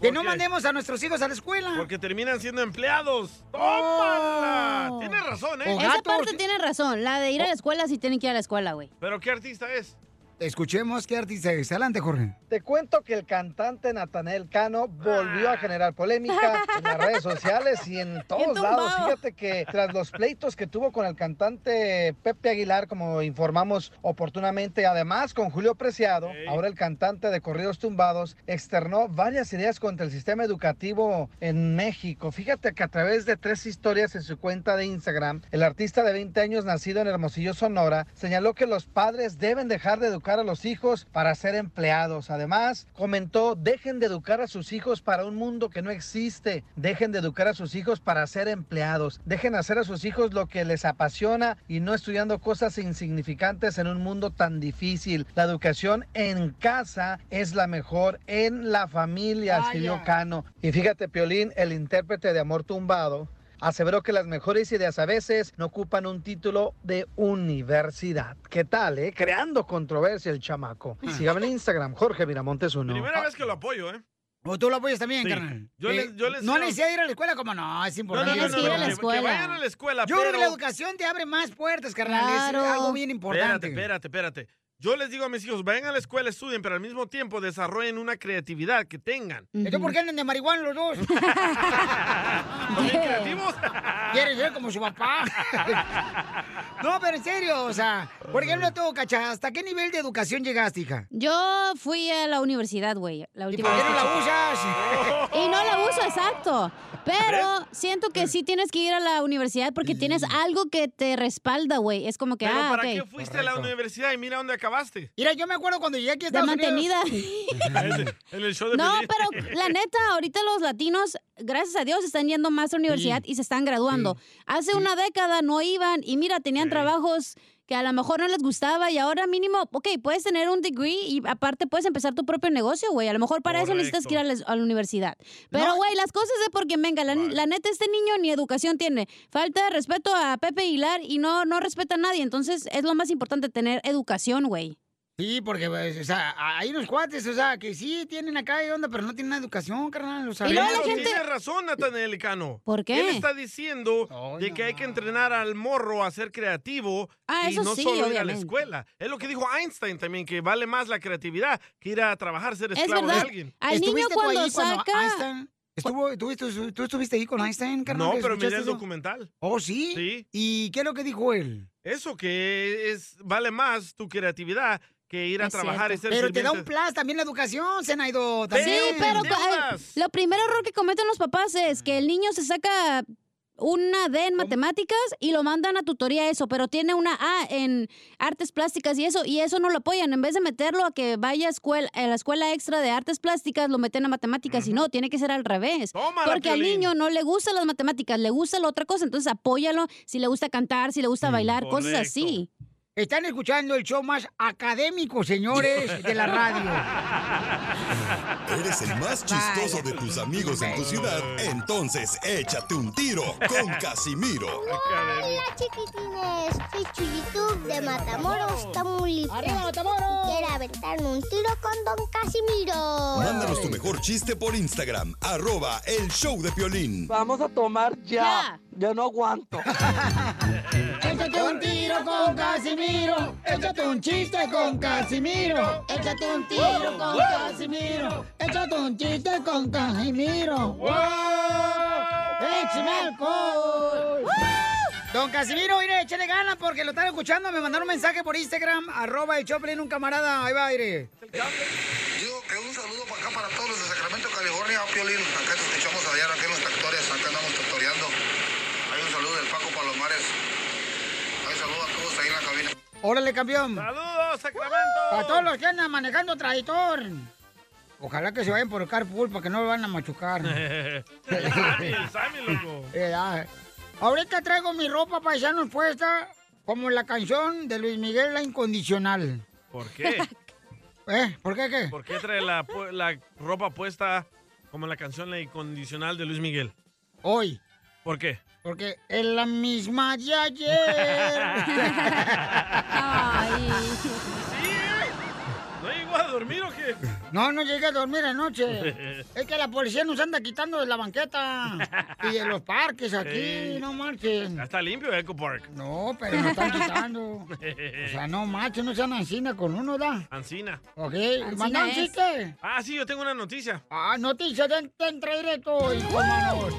[SPEAKER 1] que no mandemos a nuestros hijos a la escuela.
[SPEAKER 3] Porque terminan siendo empleados. ¡Tómala! Tienes razón, ¿eh? Oh.
[SPEAKER 2] Esa parte tiene razón. La de ir a la escuela sí tienen que ir a la escuela, güey.
[SPEAKER 3] ¿Pero qué artista es?
[SPEAKER 1] Escuchemos qué artista es. Adelante, Jorge.
[SPEAKER 5] Te cuento que el cantante Natanael Cano volvió a generar polémica en las redes sociales Ah. y en todos
[SPEAKER 10] tumbado.
[SPEAKER 5] lados. Fíjate que tras los pleitos que tuvo con el cantante Pepe Aguilar, como informamos oportunamente, además con Julio Preciado, ahora el cantante de Corridos Tumbados, externó varias ideas contra el sistema educativo en México. Fíjate que a través de tres historias en su cuenta de Instagram, el artista de 20 años nacido en Hermosillo, Sonora, señaló que los padres deben dejar de educar a los hijos para ser empleados. Además, comentó, dejen de educar a sus hijos para un mundo que no existe. Dejen de educar a sus hijos para ser empleados. Dejen hacer a sus hijos lo que les apasiona y no estudiando cosas insignificantes en un mundo tan difícil. La educación en casa es la mejor, en la familia, escribió
[SPEAKER 10] Vaya.
[SPEAKER 5] Cano. Y fíjate, Piolín, el intérprete de Amor Tumbado, aseveró que las mejores ideas a veces no ocupan un título de universidad. ¿Qué tal, eh? Creando controversia el chamaco. Sígame en Instagram, Jorge Miramontes uno.
[SPEAKER 3] Primera vez que lo apoyo, ¿eh?
[SPEAKER 1] O tú lo apoyas también,
[SPEAKER 3] Sí.
[SPEAKER 1] carnal.
[SPEAKER 3] Yo
[SPEAKER 1] Eh,
[SPEAKER 3] les- yo les
[SPEAKER 1] no
[SPEAKER 3] creo-
[SPEAKER 1] necesidad de ir a la escuela, como no, es importante.
[SPEAKER 3] No, no, no, Tienes no, que ir no, a la que- que escuela. vayan a la escuela,
[SPEAKER 1] Yo creo que
[SPEAKER 3] pero-
[SPEAKER 1] la educación te abre más puertas, carnal. Es algo bien importante.
[SPEAKER 3] Espérate, espérate, espérate. Yo les digo a mis hijos, vayan a la escuela, estudien, pero al mismo tiempo desarrollen una creatividad que tengan.
[SPEAKER 1] Entonces, ¿por qué andan de marihuana los dos?
[SPEAKER 3] creativos?
[SPEAKER 1] ¿Quieres ser como su papá? no, pero en serio, o sea, por ejemplo, tú, Cacha, ¿hasta qué nivel de educación llegaste, hija?
[SPEAKER 2] Yo fui a la universidad, güey. La última
[SPEAKER 1] por
[SPEAKER 2] vez
[SPEAKER 1] qué no
[SPEAKER 2] que
[SPEAKER 1] la
[SPEAKER 2] chequé.
[SPEAKER 3] Oh.
[SPEAKER 1] usas?
[SPEAKER 2] Y no la uso, exacto. Pero siento
[SPEAKER 3] Mm.
[SPEAKER 2] que sí tienes que ir a la universidad porque tienes algo que te respalda, güey. Es como que,
[SPEAKER 3] Pero
[SPEAKER 2] ah,
[SPEAKER 3] ¿para
[SPEAKER 2] ok.
[SPEAKER 3] qué fuiste a la universidad y mira dónde acabaste?
[SPEAKER 1] Mira, yo me acuerdo cuando llegué aquí a
[SPEAKER 2] De
[SPEAKER 1] Estados
[SPEAKER 2] mantenida.
[SPEAKER 3] en el show de
[SPEAKER 2] No,
[SPEAKER 3] Piolín.
[SPEAKER 2] pero la neta, ahorita los latinos, gracias a Dios, están yendo más a la universidad y se están graduando. Hace una década no iban y mira, tenían trabajos que a lo mejor no les gustaba y ahora mínimo, ok, puedes tener un degree y aparte puedes empezar tu propio negocio, güey. A lo mejor para eso necesitas que ir a la, a la universidad. Pero, güey, las cosas de porque venga, la, la neta, este niño ni educación tiene. Falta de respeto a Pepe Hilar y no, no respeta a nadie. Entonces, es lo más importante, tener educación, güey.
[SPEAKER 1] Sí, porque, pues, o sea, hay unos cuates, o sea, que sí tienen acá y onda, pero no tienen una educación, carnal. O sea,
[SPEAKER 3] Pero tiene razón, Nathaniel Cano.
[SPEAKER 1] ¿Por qué?
[SPEAKER 3] Él está diciendo de que hay que entrenar al morro a ser creativo
[SPEAKER 2] Ah,
[SPEAKER 3] y
[SPEAKER 2] eso
[SPEAKER 3] no
[SPEAKER 2] sí,
[SPEAKER 3] solo ir a la
[SPEAKER 2] obviamente.
[SPEAKER 3] escuela. Es lo que dijo Einstein también, que vale más la creatividad que ir a trabajar, ser esclavo de alguien.
[SPEAKER 1] ¿Estuviste tú ahí Einstein Estuvo, ¿tú, tú- tú estuviste ahí con Einstein, carnal?
[SPEAKER 3] No,
[SPEAKER 1] que
[SPEAKER 3] pero miré
[SPEAKER 1] escuchaste
[SPEAKER 3] el
[SPEAKER 1] eso?
[SPEAKER 3] documental.
[SPEAKER 1] ¿Oh, sí?
[SPEAKER 3] Sí.
[SPEAKER 1] ¿Y qué es lo que dijo él?
[SPEAKER 3] Eso que es vale más tu creatividad que ir a
[SPEAKER 1] Es
[SPEAKER 3] trabajar y
[SPEAKER 1] cierto.
[SPEAKER 3] ser
[SPEAKER 1] Pero te da un
[SPEAKER 3] sirviente.
[SPEAKER 1] plus también la educación, Zenaido.
[SPEAKER 2] Sí,
[SPEAKER 1] también.
[SPEAKER 2] pero a ver, lo primero error que cometen los papás es que el niño se saca una D en matemáticas y lo mandan a tutoría eso, pero tiene una A en artes plásticas y eso, y eso no lo apoyan. En vez de meterlo a que vaya a, escuela, a la escuela extra de artes plásticas, lo meten a matemáticas y no, tiene que ser al revés. Porque al
[SPEAKER 16] Piolín.
[SPEAKER 2] niño no le gustan las matemáticas, le gusta la otra cosa, entonces apóyalo si le gusta cantar, si le gusta bailar, cosas
[SPEAKER 1] correcto.
[SPEAKER 2] así.
[SPEAKER 1] Están escuchando el show más académico, señores, de la radio.
[SPEAKER 4] Eres el más chistoso de tus amigos en tu ciudad, entonces échate un tiro con Casimiro.
[SPEAKER 9] Hola chiquitines, soy Chuyitub de Matamoros, Tamaulipas.
[SPEAKER 1] ¡Arriba, Matamoros!
[SPEAKER 9] Quiero aventarme un tiro con Don Casimiro.
[SPEAKER 4] Mándanos tu mejor chiste por Instagram, arroba el show de Piolín.
[SPEAKER 7] Vamos a tomar ya. Yo no aguanto.
[SPEAKER 1] Échate un tiro con Casimiro. Échate un chiste con Casimiro. Échate un tiro con Casimiro. Échate un chiste con Casimiro. ¡Wow! ¡Échame alcohol! Don Casimiro, mire, échale ganas porque lo están escuchando. Me mandaron un mensaje por Instagram, arroba el Choplin, un camarada. Ahí va, aire.
[SPEAKER 17] Yo, que un saludo para acá, para todos los de Sacramento, California, Piolín. Acá te escuchamos a diario, aquí en los tractores, acá andamos tractoreando. Hay un saludo del Paco Palomares. Hay un saludo a todos ahí en la cabina.
[SPEAKER 1] Órale, campeón. Saludos, Sacramento. A todos los que andan manejando traidor. Ojalá que se vayan por el carpool para que no lo van a machucar.
[SPEAKER 3] el Sammy, el Sammy, loco.
[SPEAKER 1] Eh, ah, Ahorita traigo mi ropa paisanos puesta como la canción de Luis Miguel, La Incondicional.
[SPEAKER 3] ¿Por qué?
[SPEAKER 1] ¿Eh? ¿Por qué qué?
[SPEAKER 3] ¿Por qué trae la, pu- la ropa puesta como la canción La Incondicional de Luis Miguel?
[SPEAKER 1] Hoy.
[SPEAKER 3] ¿Por qué?
[SPEAKER 1] Porque es la misma de ayer.
[SPEAKER 3] ¿No llegó a dormir o qué?
[SPEAKER 1] No, no llegué a dormir anoche. Es que la policía nos anda quitando de la banqueta y de los parques aquí,
[SPEAKER 3] Ey.
[SPEAKER 1] no marchen.
[SPEAKER 3] Ya está limpio Echo Park.
[SPEAKER 1] No, pero nos están quitando. O sea, no marchen, no sean ancina con uno, ¿da?
[SPEAKER 3] Ancina.
[SPEAKER 1] Ok, manda un chiste.
[SPEAKER 3] Ah, sí, yo tengo una noticia.
[SPEAKER 1] Ah, noticias de Entra Directo, informanos.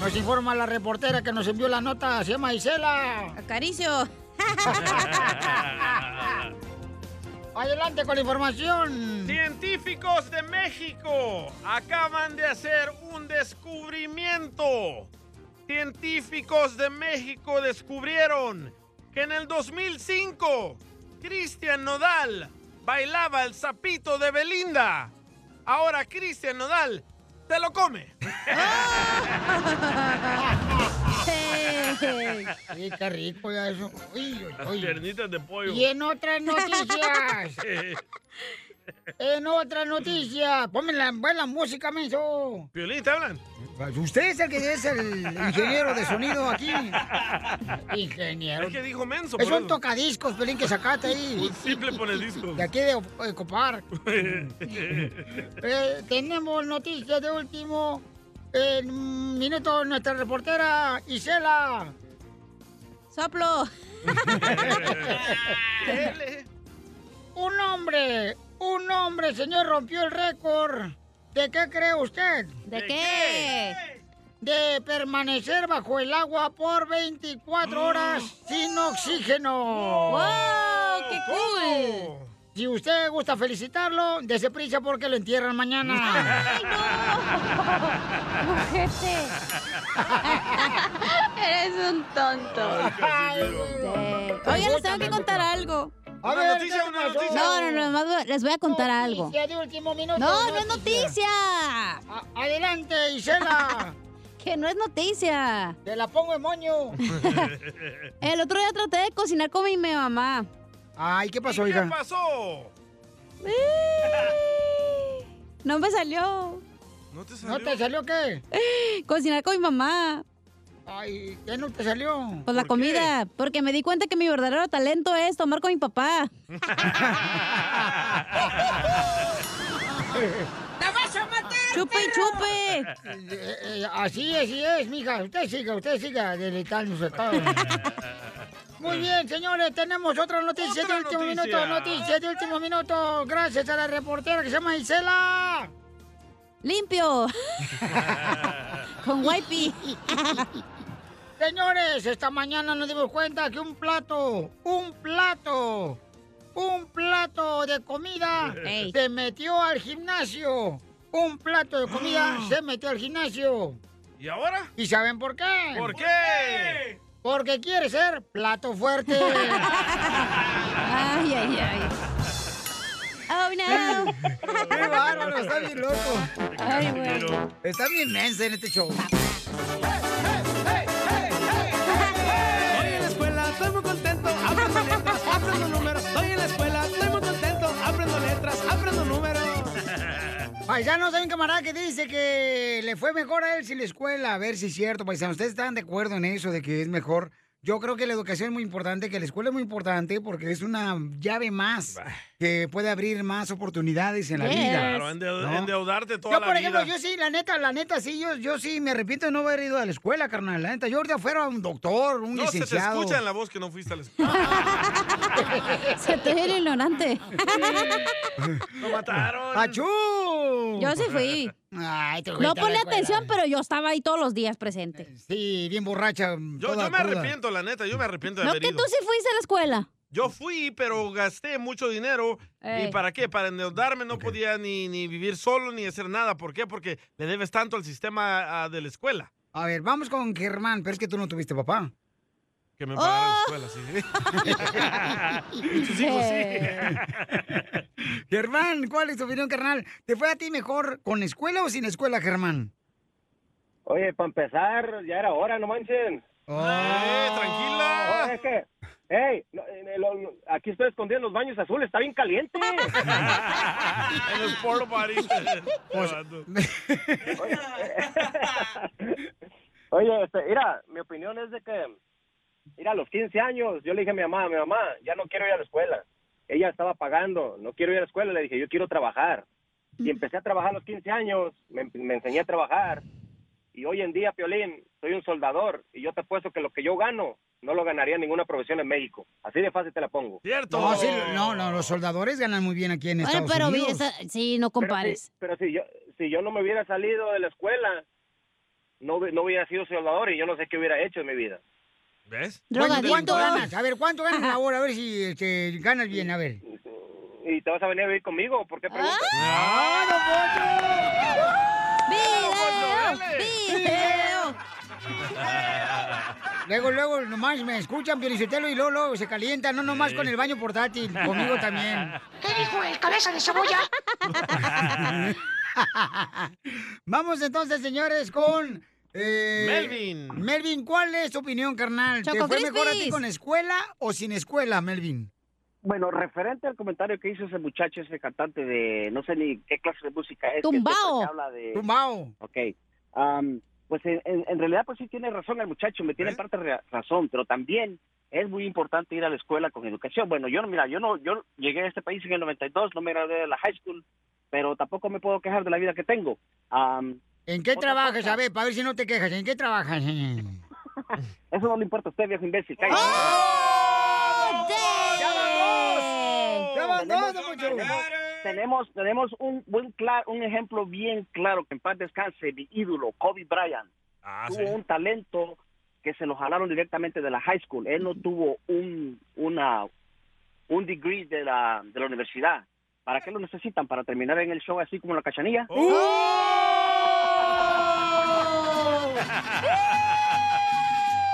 [SPEAKER 1] Nos informa la reportera que nos envió la nota, se llama Isela.
[SPEAKER 2] Acaricio.
[SPEAKER 1] Adelante con la información.
[SPEAKER 3] Científicos de México acaban de hacer un descubrimiento. Científicos de México descubrieron que en el 2005 Cristian Nodal bailaba el sapito de Belinda. Ahora Cristian Nodal se lo come.
[SPEAKER 1] Sí, qué rico ya eso. Uy, uy,
[SPEAKER 3] Las
[SPEAKER 1] uy.
[SPEAKER 3] piernitas de pollo.
[SPEAKER 1] Y en otras noticias, en otras noticias, ponme la buena música, menso.
[SPEAKER 3] Piolín, ¿te hablan?
[SPEAKER 1] Usted es el que es el ingeniero de sonido aquí. Ingeniero.
[SPEAKER 3] Es que dijo menso. por
[SPEAKER 1] Es un
[SPEAKER 3] eso. Pues
[SPEAKER 1] tocadiscos, Pelín, que sacaste ahí.
[SPEAKER 3] Un simple pone disco.
[SPEAKER 1] De aquí de eh, Copar.
[SPEAKER 3] Pues
[SPEAKER 1] Eh, tenemos noticias de último eh, minuto. Nuestra reportera Isela.
[SPEAKER 2] Soplo.
[SPEAKER 1] un hombre, un hombre, señor, rompió el récord. ¿De qué cree usted?
[SPEAKER 2] ¿De qué?
[SPEAKER 1] De permanecer bajo el agua por 24 horas sin oxígeno.
[SPEAKER 2] Mm. ¡Wow! ¡Qué cool!
[SPEAKER 1] Si usted gusta felicitarlo, dese prisa porque lo entierran mañana.
[SPEAKER 16] Eres un tonto.
[SPEAKER 2] Oye, les tengo que contar algo.
[SPEAKER 1] A Una ver, noticia, ¿qué te una pasó? noticia.
[SPEAKER 2] No, no, no, más les voy a contar algo.
[SPEAKER 1] Noticia de último minuto.
[SPEAKER 2] No, no es noticia.
[SPEAKER 1] A- adelante, Isela.
[SPEAKER 2] que no es noticia.
[SPEAKER 1] Te la pongo en moño.
[SPEAKER 2] El otro día traté de cocinar con mi mi mamá.
[SPEAKER 1] Ay, ¿qué pasó,
[SPEAKER 3] ¿Qué
[SPEAKER 1] hija?
[SPEAKER 3] pasó?
[SPEAKER 2] No me salió.
[SPEAKER 3] ¿No te
[SPEAKER 1] ¿No te salió qué?
[SPEAKER 2] Cocinar con mi mamá.
[SPEAKER 1] Ay, ¿qué no te salió?
[SPEAKER 2] Pues la comida, porque me di cuenta que mi verdadero talento es tomar con mi papá.
[SPEAKER 1] ¡La vas a matar!
[SPEAKER 2] ¡Chupe y chupe!
[SPEAKER 1] Eh, así es, así es, mija. Usted siga, usted siga deletando su estado. Muy bien, señores, tenemos otra noticia
[SPEAKER 10] Otra
[SPEAKER 1] de último
[SPEAKER 10] noticia.
[SPEAKER 1] minuto. Noticia de último minuto. Gracias a la reportera que se llama Isela.
[SPEAKER 2] ¡Limpio! Con wipey.
[SPEAKER 1] Señores, esta mañana nos dimos cuenta que un plato, un plato, un plato de comida
[SPEAKER 10] Ey.
[SPEAKER 1] se metió al gimnasio. Un plato de comida se metió al gimnasio.
[SPEAKER 3] ¿Y ahora? ¡eh!
[SPEAKER 1] ¿Y saben por qué?
[SPEAKER 3] ¿Por qué?
[SPEAKER 1] Porque quiere ser plato fuerte.
[SPEAKER 2] ay, ay, ay. Oh, no.
[SPEAKER 1] Qué bárbaro, está bien loco.
[SPEAKER 2] Ay, güey.
[SPEAKER 1] Está bien mensa en este show.
[SPEAKER 10] Estoy en la escuela, estoy muy contento, aprendo letras, aprendo números. Estoy en la escuela, estoy muy contento, aprendo letras, aprendo números.
[SPEAKER 1] Paisanos, hay un camarada que dice que le fue mejor a él sin la escuela. A ver si es cierto, paisanos. ¿Ustedes están de acuerdo en eso de que es mejor? Yo creo que la educación es muy importante, que la escuela es muy importante porque es una llave más que puede abrir más oportunidades en la vida.
[SPEAKER 3] Claro, endeu-
[SPEAKER 1] ¿no?
[SPEAKER 3] endeudarte toda
[SPEAKER 1] Yo,
[SPEAKER 3] la
[SPEAKER 1] por ejemplo,
[SPEAKER 3] vida.
[SPEAKER 1] yo sí, la neta, la neta, sí, yo, yo sí me arrepiento de no haber ido a la escuela, carnal. La neta, yo ahorita fuera un doctor, un
[SPEAKER 3] no se te
[SPEAKER 1] licenciado. Ah,
[SPEAKER 3] escucha en la voz que no fuiste a la escuela.
[SPEAKER 2] Se te ve el ignorante.
[SPEAKER 3] Lo mataron.
[SPEAKER 1] ¡Achú!
[SPEAKER 2] Yo sí fui.
[SPEAKER 1] Ay, te fuiste a
[SPEAKER 2] No
[SPEAKER 1] la
[SPEAKER 2] ponle
[SPEAKER 1] escuela.
[SPEAKER 2] atención, pero yo estaba ahí todos los días presente.
[SPEAKER 1] Sí, bien borracha.
[SPEAKER 3] Yo, yo me arrepiento, la neta, yo me arrepiento de
[SPEAKER 2] No,
[SPEAKER 3] haber
[SPEAKER 2] que
[SPEAKER 3] ido.
[SPEAKER 2] tú sí fuiste a la escuela.
[SPEAKER 3] Yo fui, pero gasté mucho dinero.
[SPEAKER 2] Ey.
[SPEAKER 3] ¿Y para qué? Para endeudarme no podía ni, ni vivir solo ni hacer nada. ¿Por qué? Porque le debes tanto al sistema ah, de la escuela.
[SPEAKER 1] A ver, vamos con Germán, pero es que tú no tuviste papá.
[SPEAKER 3] Que me
[SPEAKER 1] ¡Oh!
[SPEAKER 3] pagaron la escuela, sí. Y tus hijos,
[SPEAKER 2] Eh.
[SPEAKER 3] sí.
[SPEAKER 1] Germán, ¿cuál es tu opinión, carnal? ¿Te fue a ti mejor con escuela o sin escuela, Germán?
[SPEAKER 18] Oye, para empezar, ya era hora, no manchen.
[SPEAKER 3] Eh, tranquila!
[SPEAKER 18] es que, hey, no, eh, lo- lo- aquí estoy escondido en los baños azules, está bien caliente.
[SPEAKER 3] en los porta potties.
[SPEAKER 18] Pues,
[SPEAKER 11] Pues,
[SPEAKER 18] Oye, este, mira, mi opinión es de que, mira, a los 15 años, yo le dije a mi mamá, mi mamá, ya no quiero ir a la escuela. Ella estaba pagando, no quiero ir a la escuela, le dije, yo quiero trabajar. Y empecé a trabajar a los 15 años, me, me enseñé a trabajar. Y hoy en día, Piolín, soy un soldador y yo te apuesto que lo que yo gano no lo ganaría en ninguna profesión en México. Así de fácil te la pongo.
[SPEAKER 3] Cierto.
[SPEAKER 1] No, sí, no, no, los soldadores ganan muy bien aquí en
[SPEAKER 2] Bueno,
[SPEAKER 1] Estados
[SPEAKER 2] pero vi
[SPEAKER 1] Unidos.
[SPEAKER 2] esa- sí, no compares.
[SPEAKER 18] Pero si, yo si yo no me hubiera salido de la escuela, no, hubi- no hubiera sido soldador y yo no sé qué hubiera hecho en mi vida.
[SPEAKER 3] ¿Ves?
[SPEAKER 1] ¿Cuánto, cuánto ganas? A ver, ¿cuánto ganas ahora? A ver si este, ganas bien, a ver.
[SPEAKER 18] ¿Y te vas a venir a vivir conmigo? ¿Por qué preguntas?
[SPEAKER 2] ¡Video! Ah.
[SPEAKER 1] Luego, luego, nomás me escuchan, Pionicetelo, y luego, luego se calientan, no nomás con el baño portátil, conmigo también.
[SPEAKER 10] ¿Qué dijo el cabeza de cebolla?
[SPEAKER 1] Vamos entonces, señores, con... eh,
[SPEAKER 3] Melvin.
[SPEAKER 1] Melvin, ¿cuál es tu opinión, carnal? ¿Te
[SPEAKER 18] Choco
[SPEAKER 1] fue mejor a ti
[SPEAKER 18] Crispies.
[SPEAKER 1] con escuela o sin escuela, Melvin?
[SPEAKER 18] Bueno, referente al comentario que hizo ese muchacho, ese cantante de no sé ni qué clase de música es. que
[SPEAKER 10] Tumbao.
[SPEAKER 18] siempre se habla de...
[SPEAKER 1] Tumbao.
[SPEAKER 18] Eh, Ok. Am, pues en, en- en realidad, pues sí tiene razón el muchacho, me
[SPEAKER 1] ¿Eh?
[SPEAKER 18] tiene en parte ra- razón, pero también es muy importante ir a la escuela con educación. Bueno, yo no, mira, yo no, yo llegué a este país en el 92, no me gradué de la high school, pero tampoco me puedo quejar de la vida que tengo. Am,
[SPEAKER 1] ¿En qué
[SPEAKER 18] Otra
[SPEAKER 1] trabajas?
[SPEAKER 18] cosa.
[SPEAKER 1] A ver, para ver si no te quejas. ¿En qué trabajas?
[SPEAKER 18] eso no le importa a usted, viejo imbécil. cállese.
[SPEAKER 1] ¡Oh! ¡Ya van
[SPEAKER 18] Tenemos-
[SPEAKER 1] dos, mucho!
[SPEAKER 18] tenemos- Tenemos, tenemos un buen clar- un ejemplo bien claro que en paz descanse, mi ídolo, Kobe Bryant.
[SPEAKER 1] Ah,
[SPEAKER 18] tuvo un talento que se lo jalaron directamente de la high school. Él no tuvo un, una, un degree de la, de la universidad. ¿Para qué lo necesitan? ¿Para terminar en el show así como la cachanilla?
[SPEAKER 1] ¡Oh!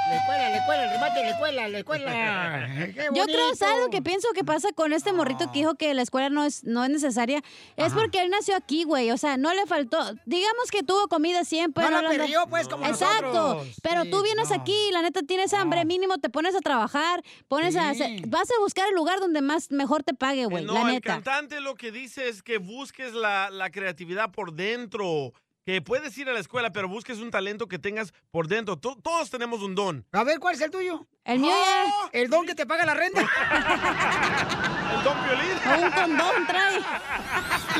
[SPEAKER 1] La escuela, la escuela, el remate, la escuela, la escuela. Qué
[SPEAKER 2] Yo creo,
[SPEAKER 1] bonito. Ah.
[SPEAKER 2] ¿sabes lo que pienso que pasa con este morrito que dijo que la escuela no es, no es necesaria? Es porque él nació aquí, güey. O sea, no le faltó. Digamos que tuvo comida siempre.
[SPEAKER 1] No la
[SPEAKER 2] hablando-
[SPEAKER 1] perdió, pues, como
[SPEAKER 2] Exacto.
[SPEAKER 1] nosotros.
[SPEAKER 2] Pero
[SPEAKER 1] Sí,
[SPEAKER 2] tú vienes
[SPEAKER 1] no. Ah.
[SPEAKER 2] aquí, la neta, tienes hambre mínimo, te pones a trabajar, pones a hacer- Vas a buscar el lugar donde más mejor te
[SPEAKER 1] Eh,
[SPEAKER 2] pague, güey.
[SPEAKER 3] No,
[SPEAKER 2] Pues, la
[SPEAKER 3] el
[SPEAKER 2] neta.
[SPEAKER 3] cantante lo que dice es que busques la, la creatividad por dentro, que puedes ir a la escuela, pero busques un talento que tengas por dentro. To- todos tenemos un don.
[SPEAKER 1] A ver, ¿cuál es el tuyo? ¡Ah!
[SPEAKER 2] El mío
[SPEAKER 1] El don que te paga la renta.
[SPEAKER 3] el don violín.
[SPEAKER 2] un condón trae.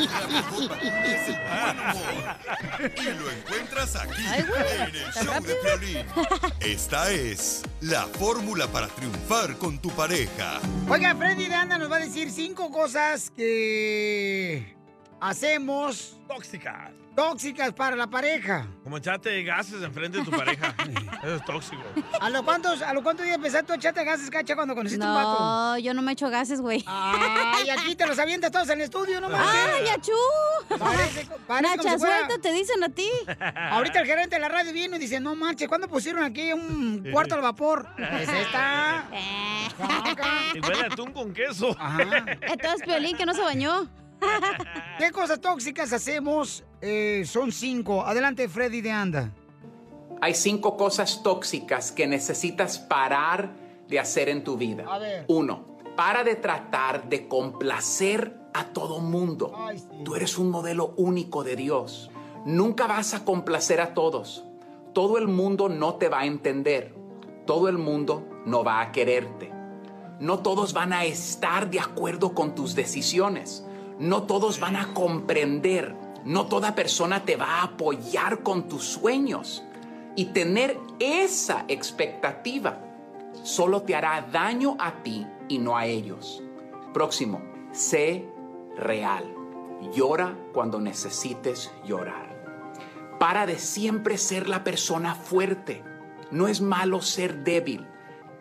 [SPEAKER 4] Y lo encuentras aquí,
[SPEAKER 2] Ay, güey.
[SPEAKER 4] en el
[SPEAKER 2] Tan
[SPEAKER 4] show de
[SPEAKER 2] rápido.
[SPEAKER 4] Piolín. Esta es la fórmula para triunfar con tu pareja.
[SPEAKER 1] Oiga, Freddy de Anda nos va a decir cinco cosas que hacemos
[SPEAKER 3] tóxicas.
[SPEAKER 1] Tóxicas para la pareja.
[SPEAKER 3] Como echarte gases enfrente de tu pareja. Eso es tóxico.
[SPEAKER 1] ¿A lo cuántos, a lo cuántos días empezaste a echarte gases, cacha, cuando conociste un vato?
[SPEAKER 2] No, yo no me echo gases, güey.
[SPEAKER 1] Ay, aquí te los avientas todos en el estudio, no manches.
[SPEAKER 2] ¡Ay, achú!
[SPEAKER 1] Parece- parece como
[SPEAKER 2] Nacha,
[SPEAKER 1] si fuera-
[SPEAKER 2] suelta, te dicen a ti.
[SPEAKER 1] Ahorita el gerente de la radio vino y dice, no manches, ¿cuándo pusieron aquí un cuarto al vapor? Es esta.
[SPEAKER 2] Eh.
[SPEAKER 3] Y huele a atún con queso.
[SPEAKER 1] Entonces, Piolín, que no se bañó. ¿Qué cosas tóxicas hacemos? Eh, son cinco. Adelante, Freddy de Anda.
[SPEAKER 19] Hay cinco cosas tóxicas que necesitas parar de hacer en tu vida.
[SPEAKER 1] A ver.
[SPEAKER 19] Uno, para de tratar de complacer a todo mundo. Tú eres un modelo único de Dios. Nunca vas a complacer a todos. Todo el mundo no te va a entender. Todo el mundo no va a quererte. No todos van a estar de acuerdo con tus decisiones. No todos van a comprender. No toda persona te va a apoyar con tus sueños. Y tener esa expectativa solo te hará daño a ti y no a ellos. Próximo, sé real. Llora cuando necesites llorar. Para de siempre ser la persona fuerte. No es malo ser débil,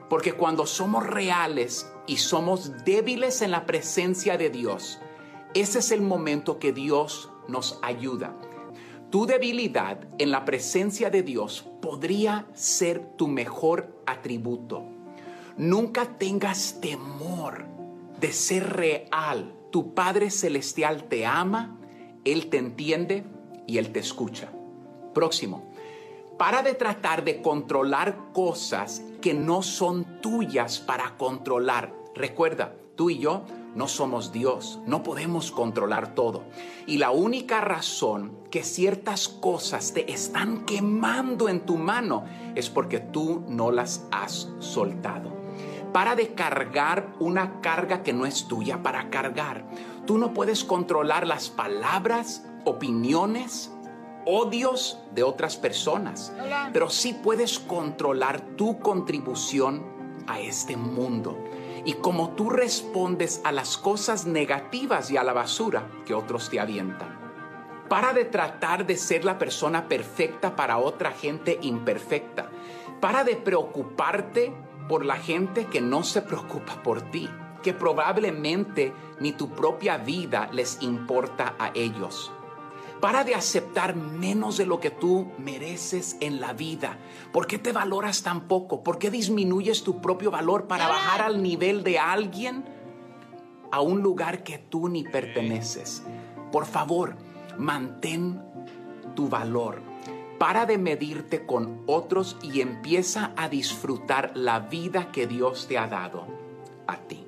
[SPEAKER 19] porque cuando somos reales y somos débiles en la presencia de Dios, ese es el momento que Dios nos ayuda. Tu debilidad en la presencia de Dios podría ser tu mejor atributo. Nunca tengas temor de ser real. Tu Padre Celestial te ama, Él te entiende y Él te escucha. Próximo. Para de tratar de controlar cosas que no son tuyas para controlar. Recuerda, tú y yo no somos Dios, no podemos controlar todo. Y la única razón que ciertas cosas te están quemando en tu mano es porque tú no las has soltado. Para de cargar una carga que no es tuya para cargar. Tú no puedes controlar las palabras, opiniones, odios de otras personas, pero sí puedes controlar tu contribución a este mundo. Y como tú respondes a las cosas negativas y a la basura que otros te avientan. Para de tratar de ser la persona perfecta para otra gente imperfecta. Para de preocuparte por la gente que no se preocupa por ti, que probablemente ni tu propia vida les importa a ellos. Para de aceptar menos de lo que tú mereces en la vida. ¿Por qué te valoras tan poco? ¿Por qué disminuyes tu propio valor para bajar al nivel de alguien a un lugar que tú ni perteneces? Por favor, mantén tu valor. Para de medirte con otros y empieza a disfrutar la vida que Dios te ha dado a ti.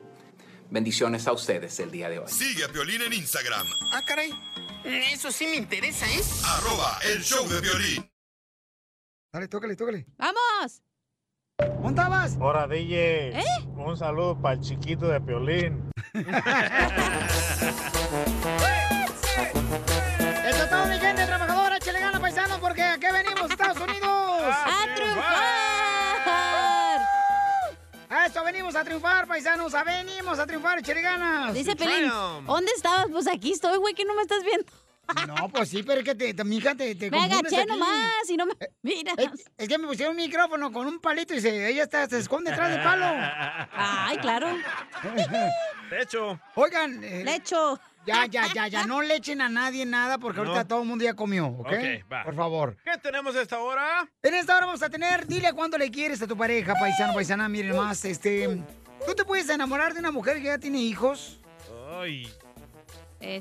[SPEAKER 19] Bendiciones a ustedes el día de hoy.
[SPEAKER 4] Sigue a Piolín en Instagram,
[SPEAKER 20] Ah, caray. Eso sí me interesa, ¿eh?
[SPEAKER 4] arroba el show de Piolín.
[SPEAKER 1] Dale, tócale, tócale.
[SPEAKER 2] ¡Vamos!
[SPEAKER 1] ¿Montabas?
[SPEAKER 21] Ahora, DJ.
[SPEAKER 1] ¿Eh?
[SPEAKER 21] Un saludo para el chiquito de Piolín.
[SPEAKER 1] Eso es todo, mi gente trabajadora. Échale gana, paisano, porque ¿a qué venimos, Estados Unidos? ¡A
[SPEAKER 2] triunfar!
[SPEAKER 1] A eso venimos a triunfar, paisanos. A venimos a triunfar, échale ganas.
[SPEAKER 2] Dice Pelín, ¿dónde estabas? Pues aquí estoy, güey, que no me estás viendo.
[SPEAKER 1] No, pues sí, pero es que te, te- mija, te, te
[SPEAKER 2] Me
[SPEAKER 1] confundes
[SPEAKER 2] agaché
[SPEAKER 1] aquí.
[SPEAKER 2] nomás y no me miras.
[SPEAKER 1] Es, es que me pusieron un micrófono con un palito y se, ella está, se esconde detrás del palo.
[SPEAKER 2] Ay, claro.
[SPEAKER 3] Lecho.
[SPEAKER 1] Oigan. Lecho. Ya, ya, ya, ya. No le echen a nadie nada porque
[SPEAKER 3] No.
[SPEAKER 1] ahorita todo el mundo ya comió, ¿ok?
[SPEAKER 3] Ok, va.
[SPEAKER 1] Por favor.
[SPEAKER 3] ¿Qué tenemos a esta hora?
[SPEAKER 1] En esta hora vamos a tener, dile cuánto le quieres a tu pareja, paisano, paisana, miren más, este... ¿Tú te puedes enamorar de una mujer que ya tiene hijos?
[SPEAKER 3] Ay.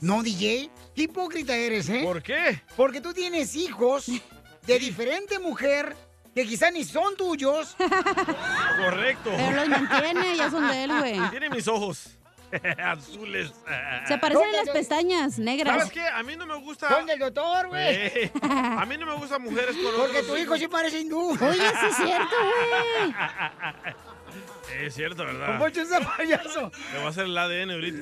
[SPEAKER 1] No, DJ. Qué hipócrita eres, ¿eh? ¿Por qué? Porque tú tienes hijos de diferente mujer que quizá ni son tuyos.
[SPEAKER 3] Correcto.
[SPEAKER 1] Pero los mantiene, ya son de él, güey.
[SPEAKER 3] Tiene mis ojos. Azules.
[SPEAKER 2] Se aparecen en las pestañas negras.
[SPEAKER 3] ¿Sabes qué? A mí no me gusta.
[SPEAKER 1] Con el doctor, güey.
[SPEAKER 3] Eh, a mí no me gustan mujeres con
[SPEAKER 1] Porque
[SPEAKER 3] otros
[SPEAKER 1] tu hijo sí parece hindú.
[SPEAKER 2] Oye, sí es cierto, güey.
[SPEAKER 3] Es cierto,
[SPEAKER 1] Don
[SPEAKER 3] ¿verdad?
[SPEAKER 1] Poncho es un payaso.
[SPEAKER 3] Le voy a hacer el ADN ahorita.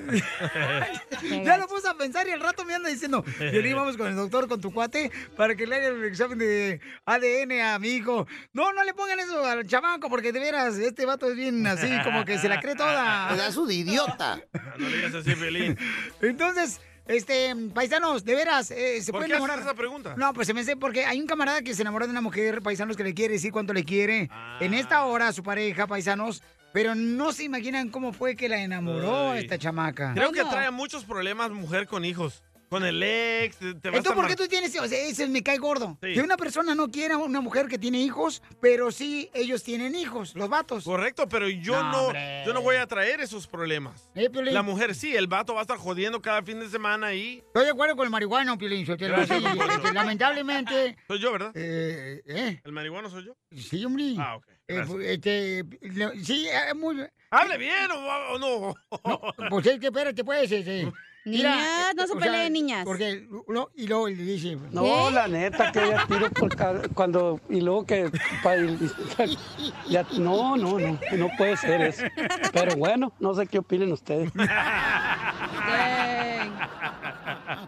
[SPEAKER 1] Ya lo puse a pensar y al rato me anda diciendo, Violín, vamos con el doctor, con tu cuate, para que le haga el examen de ADN a mi hijo. No, no le pongan eso al chamaco, porque de veras, este vato es bien así, como que se la cree toda.
[SPEAKER 14] Le das un idiota.
[SPEAKER 3] no le digas
[SPEAKER 10] assim,
[SPEAKER 3] así, Piolín.
[SPEAKER 1] Entonces, este, paisanos, de veras, eh, se
[SPEAKER 3] ¿Por
[SPEAKER 1] pueden
[SPEAKER 3] qué haces
[SPEAKER 1] enamorar.
[SPEAKER 3] esa pregunta?
[SPEAKER 1] No, pues se me hace porque hay un camarada que se enamoró de una mujer, paisanos, que le quiere decir cuánto le quiere.
[SPEAKER 3] Ah.
[SPEAKER 1] En esta hora, su pareja, paisanos, pero no se imaginan cómo fue que la enamoró a
[SPEAKER 3] Ay.
[SPEAKER 1] esta chamaca.
[SPEAKER 3] Creo que trae muchos problemas mujer con hijos. Con el ex, te- te vas
[SPEAKER 1] Entonces,
[SPEAKER 3] a
[SPEAKER 1] ¿por
[SPEAKER 3] mar-
[SPEAKER 1] qué tú tienes hijos? Ese me cae gordo.
[SPEAKER 3] Sí.
[SPEAKER 1] Que una persona no quiera una mujer que tiene hijos, pero sí ellos tienen hijos, los vatos.
[SPEAKER 3] Correcto, pero yo
[SPEAKER 1] No,
[SPEAKER 3] no,
[SPEAKER 1] hombre.
[SPEAKER 3] yo no voy a traer esos problemas.
[SPEAKER 1] Eh, Piolín.
[SPEAKER 3] La mujer sí, el vato va a estar jodiendo cada fin de semana ahí.
[SPEAKER 1] Estoy de acuerdo con el marihuano, Piolín. Sotelo.
[SPEAKER 3] Gracias,
[SPEAKER 1] Sí,
[SPEAKER 3] don Poncho.
[SPEAKER 1] este, lamentablemente,
[SPEAKER 3] Soy yo, ¿verdad?
[SPEAKER 1] Eh, eh.
[SPEAKER 3] ¿El marihuano soy yo?
[SPEAKER 1] sí, hombre.
[SPEAKER 3] Ah, ok.
[SPEAKER 1] Eh,
[SPEAKER 3] gracias.
[SPEAKER 1] fu- este, le- sí, eh, muy...
[SPEAKER 3] ¡Hable bien o, o no!
[SPEAKER 1] Pues es que espérate, pues, este... eh,
[SPEAKER 2] Niñas, no se
[SPEAKER 1] o
[SPEAKER 2] peleen, niñas.
[SPEAKER 1] Porque, lo- y luego le dice...
[SPEAKER 6] No, la neta, que ella tiro por cada- cuando. Y luego que. pa- y- y- ya- no, no, no. No puede ser eso. Pero bueno, no sé qué opinen ustedes.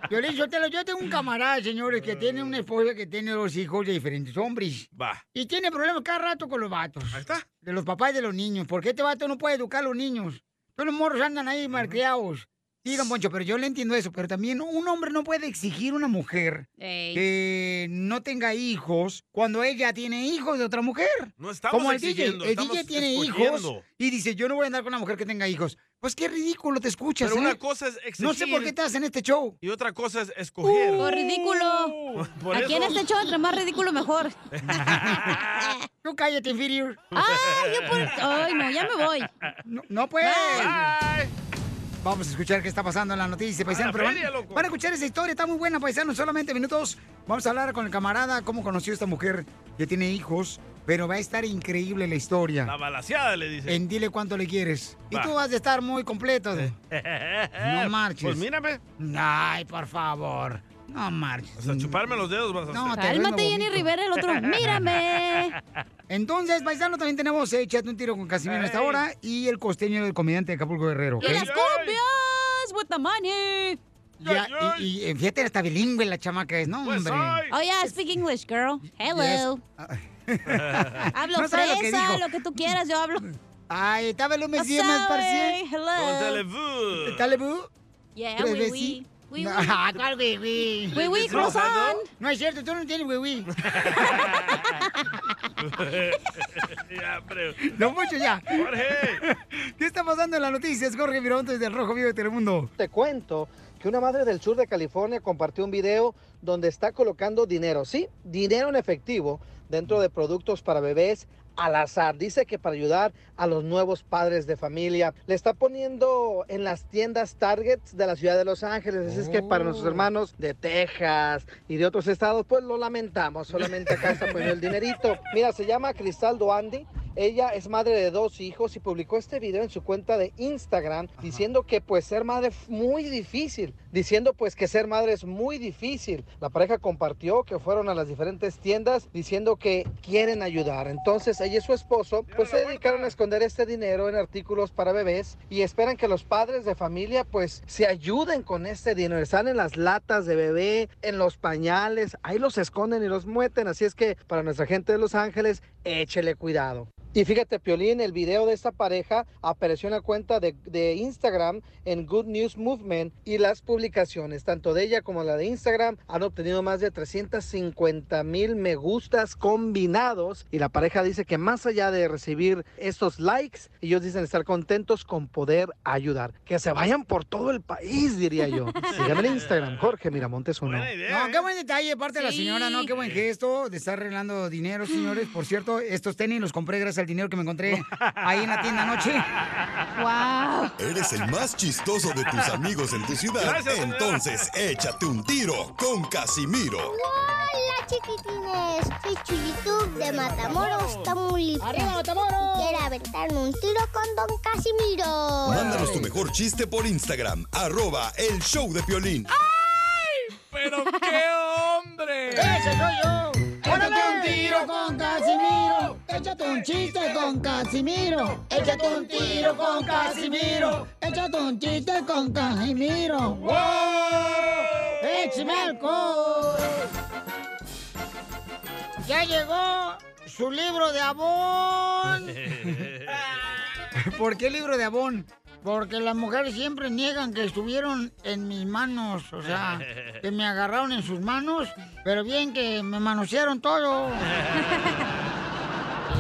[SPEAKER 1] Piolín, Sotelo, yo tengo un camarada, señores, que tiene una esposa que tiene dos hijos de diferentes hombres.
[SPEAKER 3] Va.
[SPEAKER 1] Y tiene problemas cada rato con los vatos. Ahí
[SPEAKER 3] está.
[SPEAKER 1] De los papás y de los niños. Porque este vato no puede educar a los niños. Todos los morros andan ahí malcriados. Sí, don Poncho, pero yo le entiendo eso. Pero también un hombre no puede exigir a una mujer
[SPEAKER 2] Ey.
[SPEAKER 1] que no tenga hijos cuando ella tiene hijos de otra mujer.
[SPEAKER 3] No estamos
[SPEAKER 1] Como el DJ.
[SPEAKER 3] exigiendo,
[SPEAKER 1] El
[SPEAKER 3] estamos
[SPEAKER 1] DJ tiene hijos
[SPEAKER 3] escogiendo.
[SPEAKER 1] y dice, yo no voy a andar con una mujer que tenga hijos. Pues qué ridículo te escuchas,
[SPEAKER 3] Pero una
[SPEAKER 1] ¿eh?
[SPEAKER 3] cosa es exigir.
[SPEAKER 1] No sé por qué te hacen este show.
[SPEAKER 3] Y otra cosa es escoger.
[SPEAKER 2] Por ¡Uh! ridículo.
[SPEAKER 3] Por
[SPEAKER 2] Aquí en
[SPEAKER 3] eso-
[SPEAKER 2] este show, entre más ridículo, mejor.
[SPEAKER 1] Tú cállate, inferior.
[SPEAKER 2] Ah, yo por... Ay, no, ya me voy. Ah.
[SPEAKER 1] No, no, pues. Vamos a escuchar qué está pasando en la noticia, paisano.
[SPEAKER 2] la
[SPEAKER 1] pero van-
[SPEAKER 2] feria,
[SPEAKER 1] van,
[SPEAKER 2] loco.
[SPEAKER 1] a escuchar esa historia, está muy buena, paisano. Solamente minutos. Vamos a hablar con el camarada, cómo conoció esta mujer que tiene hijos. Pero va a estar increíble la historia.
[SPEAKER 3] La balaseada le dice.
[SPEAKER 1] En dile cuánto le quieres. Y
[SPEAKER 3] Va.
[SPEAKER 1] tú vas a estar muy completo. No marches.
[SPEAKER 3] Pues mírame.
[SPEAKER 1] Ay, por favor. No marches.
[SPEAKER 3] Hasta chuparme los dedos vas a
[SPEAKER 1] No,
[SPEAKER 3] hacer.
[SPEAKER 1] te arruino bonito. Entonces, paisano, también tenemos eh, Échate un tiro con Casimiro a esta
[SPEAKER 2] Ey.
[SPEAKER 1] hora y el costeño del comediante de Acapulco Guerrero. ¿ok?
[SPEAKER 2] ¡Y las copias! ¡With the money!
[SPEAKER 1] Ya, y, y, eh, fíjate, hasta bilingüe la chamaca es, ¿no? Hombre.
[SPEAKER 2] Oh, yeah, speak English, girl. Hello. Hablo
[SPEAKER 1] No sabe
[SPEAKER 2] fresa,
[SPEAKER 1] lo
[SPEAKER 2] lo
[SPEAKER 1] que
[SPEAKER 2] que,
[SPEAKER 1] dijo.
[SPEAKER 2] tú quieras, yo hablo.
[SPEAKER 1] Ay, estaba lo mesía más parcial.
[SPEAKER 2] Hello.
[SPEAKER 1] Talebú.
[SPEAKER 2] Yeah,
[SPEAKER 1] ¿Tres
[SPEAKER 2] oui,
[SPEAKER 1] veces?
[SPEAKER 2] oui. Oui,
[SPEAKER 1] No,
[SPEAKER 2] oui.
[SPEAKER 1] ¿Cuál güey, güey?
[SPEAKER 2] Oui, oui, croissant.
[SPEAKER 1] No es cierto, tú no tienes güey, güey.
[SPEAKER 3] ya, pero.
[SPEAKER 1] No mucho ya.
[SPEAKER 3] Jorge.
[SPEAKER 1] ¿Qué está pasando en las noticias, Jorge Mirón, desde el Rojo Vivo de Telemundo?
[SPEAKER 5] Te cuento que una madre del sur de California compartió un video donde está colocando dinero, sí, dinero en efectivo dentro de productos para bebés al azar. Dice que para ayudar a los nuevos padres de familia. Le está poniendo en las tiendas Target de la ciudad de Los Ángeles. Así es que para nuestros hermanos de Texas y de otros estados, pues lo lamentamos. Solamente acá está poniendo el dinerito. Mira, se llama Cristaldo Andy. Ella es madre de dos hijos y publicó este video en su cuenta de Instagram diciendo que pues ser madre es muy difícil, diciendo pues que ser madre es muy difícil. La pareja compartió que fueron a las diferentes tiendas diciendo que quieren ayudar. Entonces ella y su esposo pues se dedicaron a esconder este dinero en artículos para bebés y esperan que los padres de familia pues se ayuden con este dinero. Están en las latas de bebé, en los pañales, ahí los esconden y los mueten. Así es que para nuestra gente de Los Ángeles, échele cuidado. Y fíjate, Piolín, el video de esta pareja apareció en la cuenta de, de Instagram en Good News Movement y las publicaciones, tanto de ella como la de Instagram, han obtenido más de 350 mil me gustas combinados. Y la pareja dice que más allá de recibir estos likes, ellos dicen estar contentos con poder ayudar. Que se vayan por todo el país, diría yo. Síganme en Instagram, Jorge Miramontes uno.
[SPEAKER 1] No, qué buen detalle de parte de la
[SPEAKER 2] Sí.
[SPEAKER 1] señora, ¿no? Qué buen gesto de estar arreglando dinero, señores. Por cierto, estos tenis los compré gracias al dinero que me encontré ahí en la tienda anoche.
[SPEAKER 2] ¡Wow!
[SPEAKER 4] Eres el más chistoso de tus amigos en tu ciudad. Entonces, échate un tiro con Casimiro.
[SPEAKER 9] ¡Hola, Hola chiquitines, soy Chuyitub de Matamoros, Tamaulipas.
[SPEAKER 1] ¡Arriba, Matamoros!
[SPEAKER 9] Y quiero aventarme un tiro con Don Casimiro.
[SPEAKER 4] Mándanos tu mejor chiste por Instagram, arroba el show de Piolín.
[SPEAKER 10] ¡Pero qué hombre!
[SPEAKER 1] ¡Ese soy yo!
[SPEAKER 10] ¡Échate un
[SPEAKER 1] tiro con Casimiro! ¡Échate un chiste con Casimiro! ¡Échate un tiro con Casimiro! ¡Échate un chiste con Casimiro! ¡Wow! ¡Échame alcohol! ¡Ya llegó su libro de abón! ¿Por qué libro de abón? Porque las mujeres siempre niegan que estuvieron en mis manos, o sea, que me agarraron en sus manos, pero bien que me manosearon todo.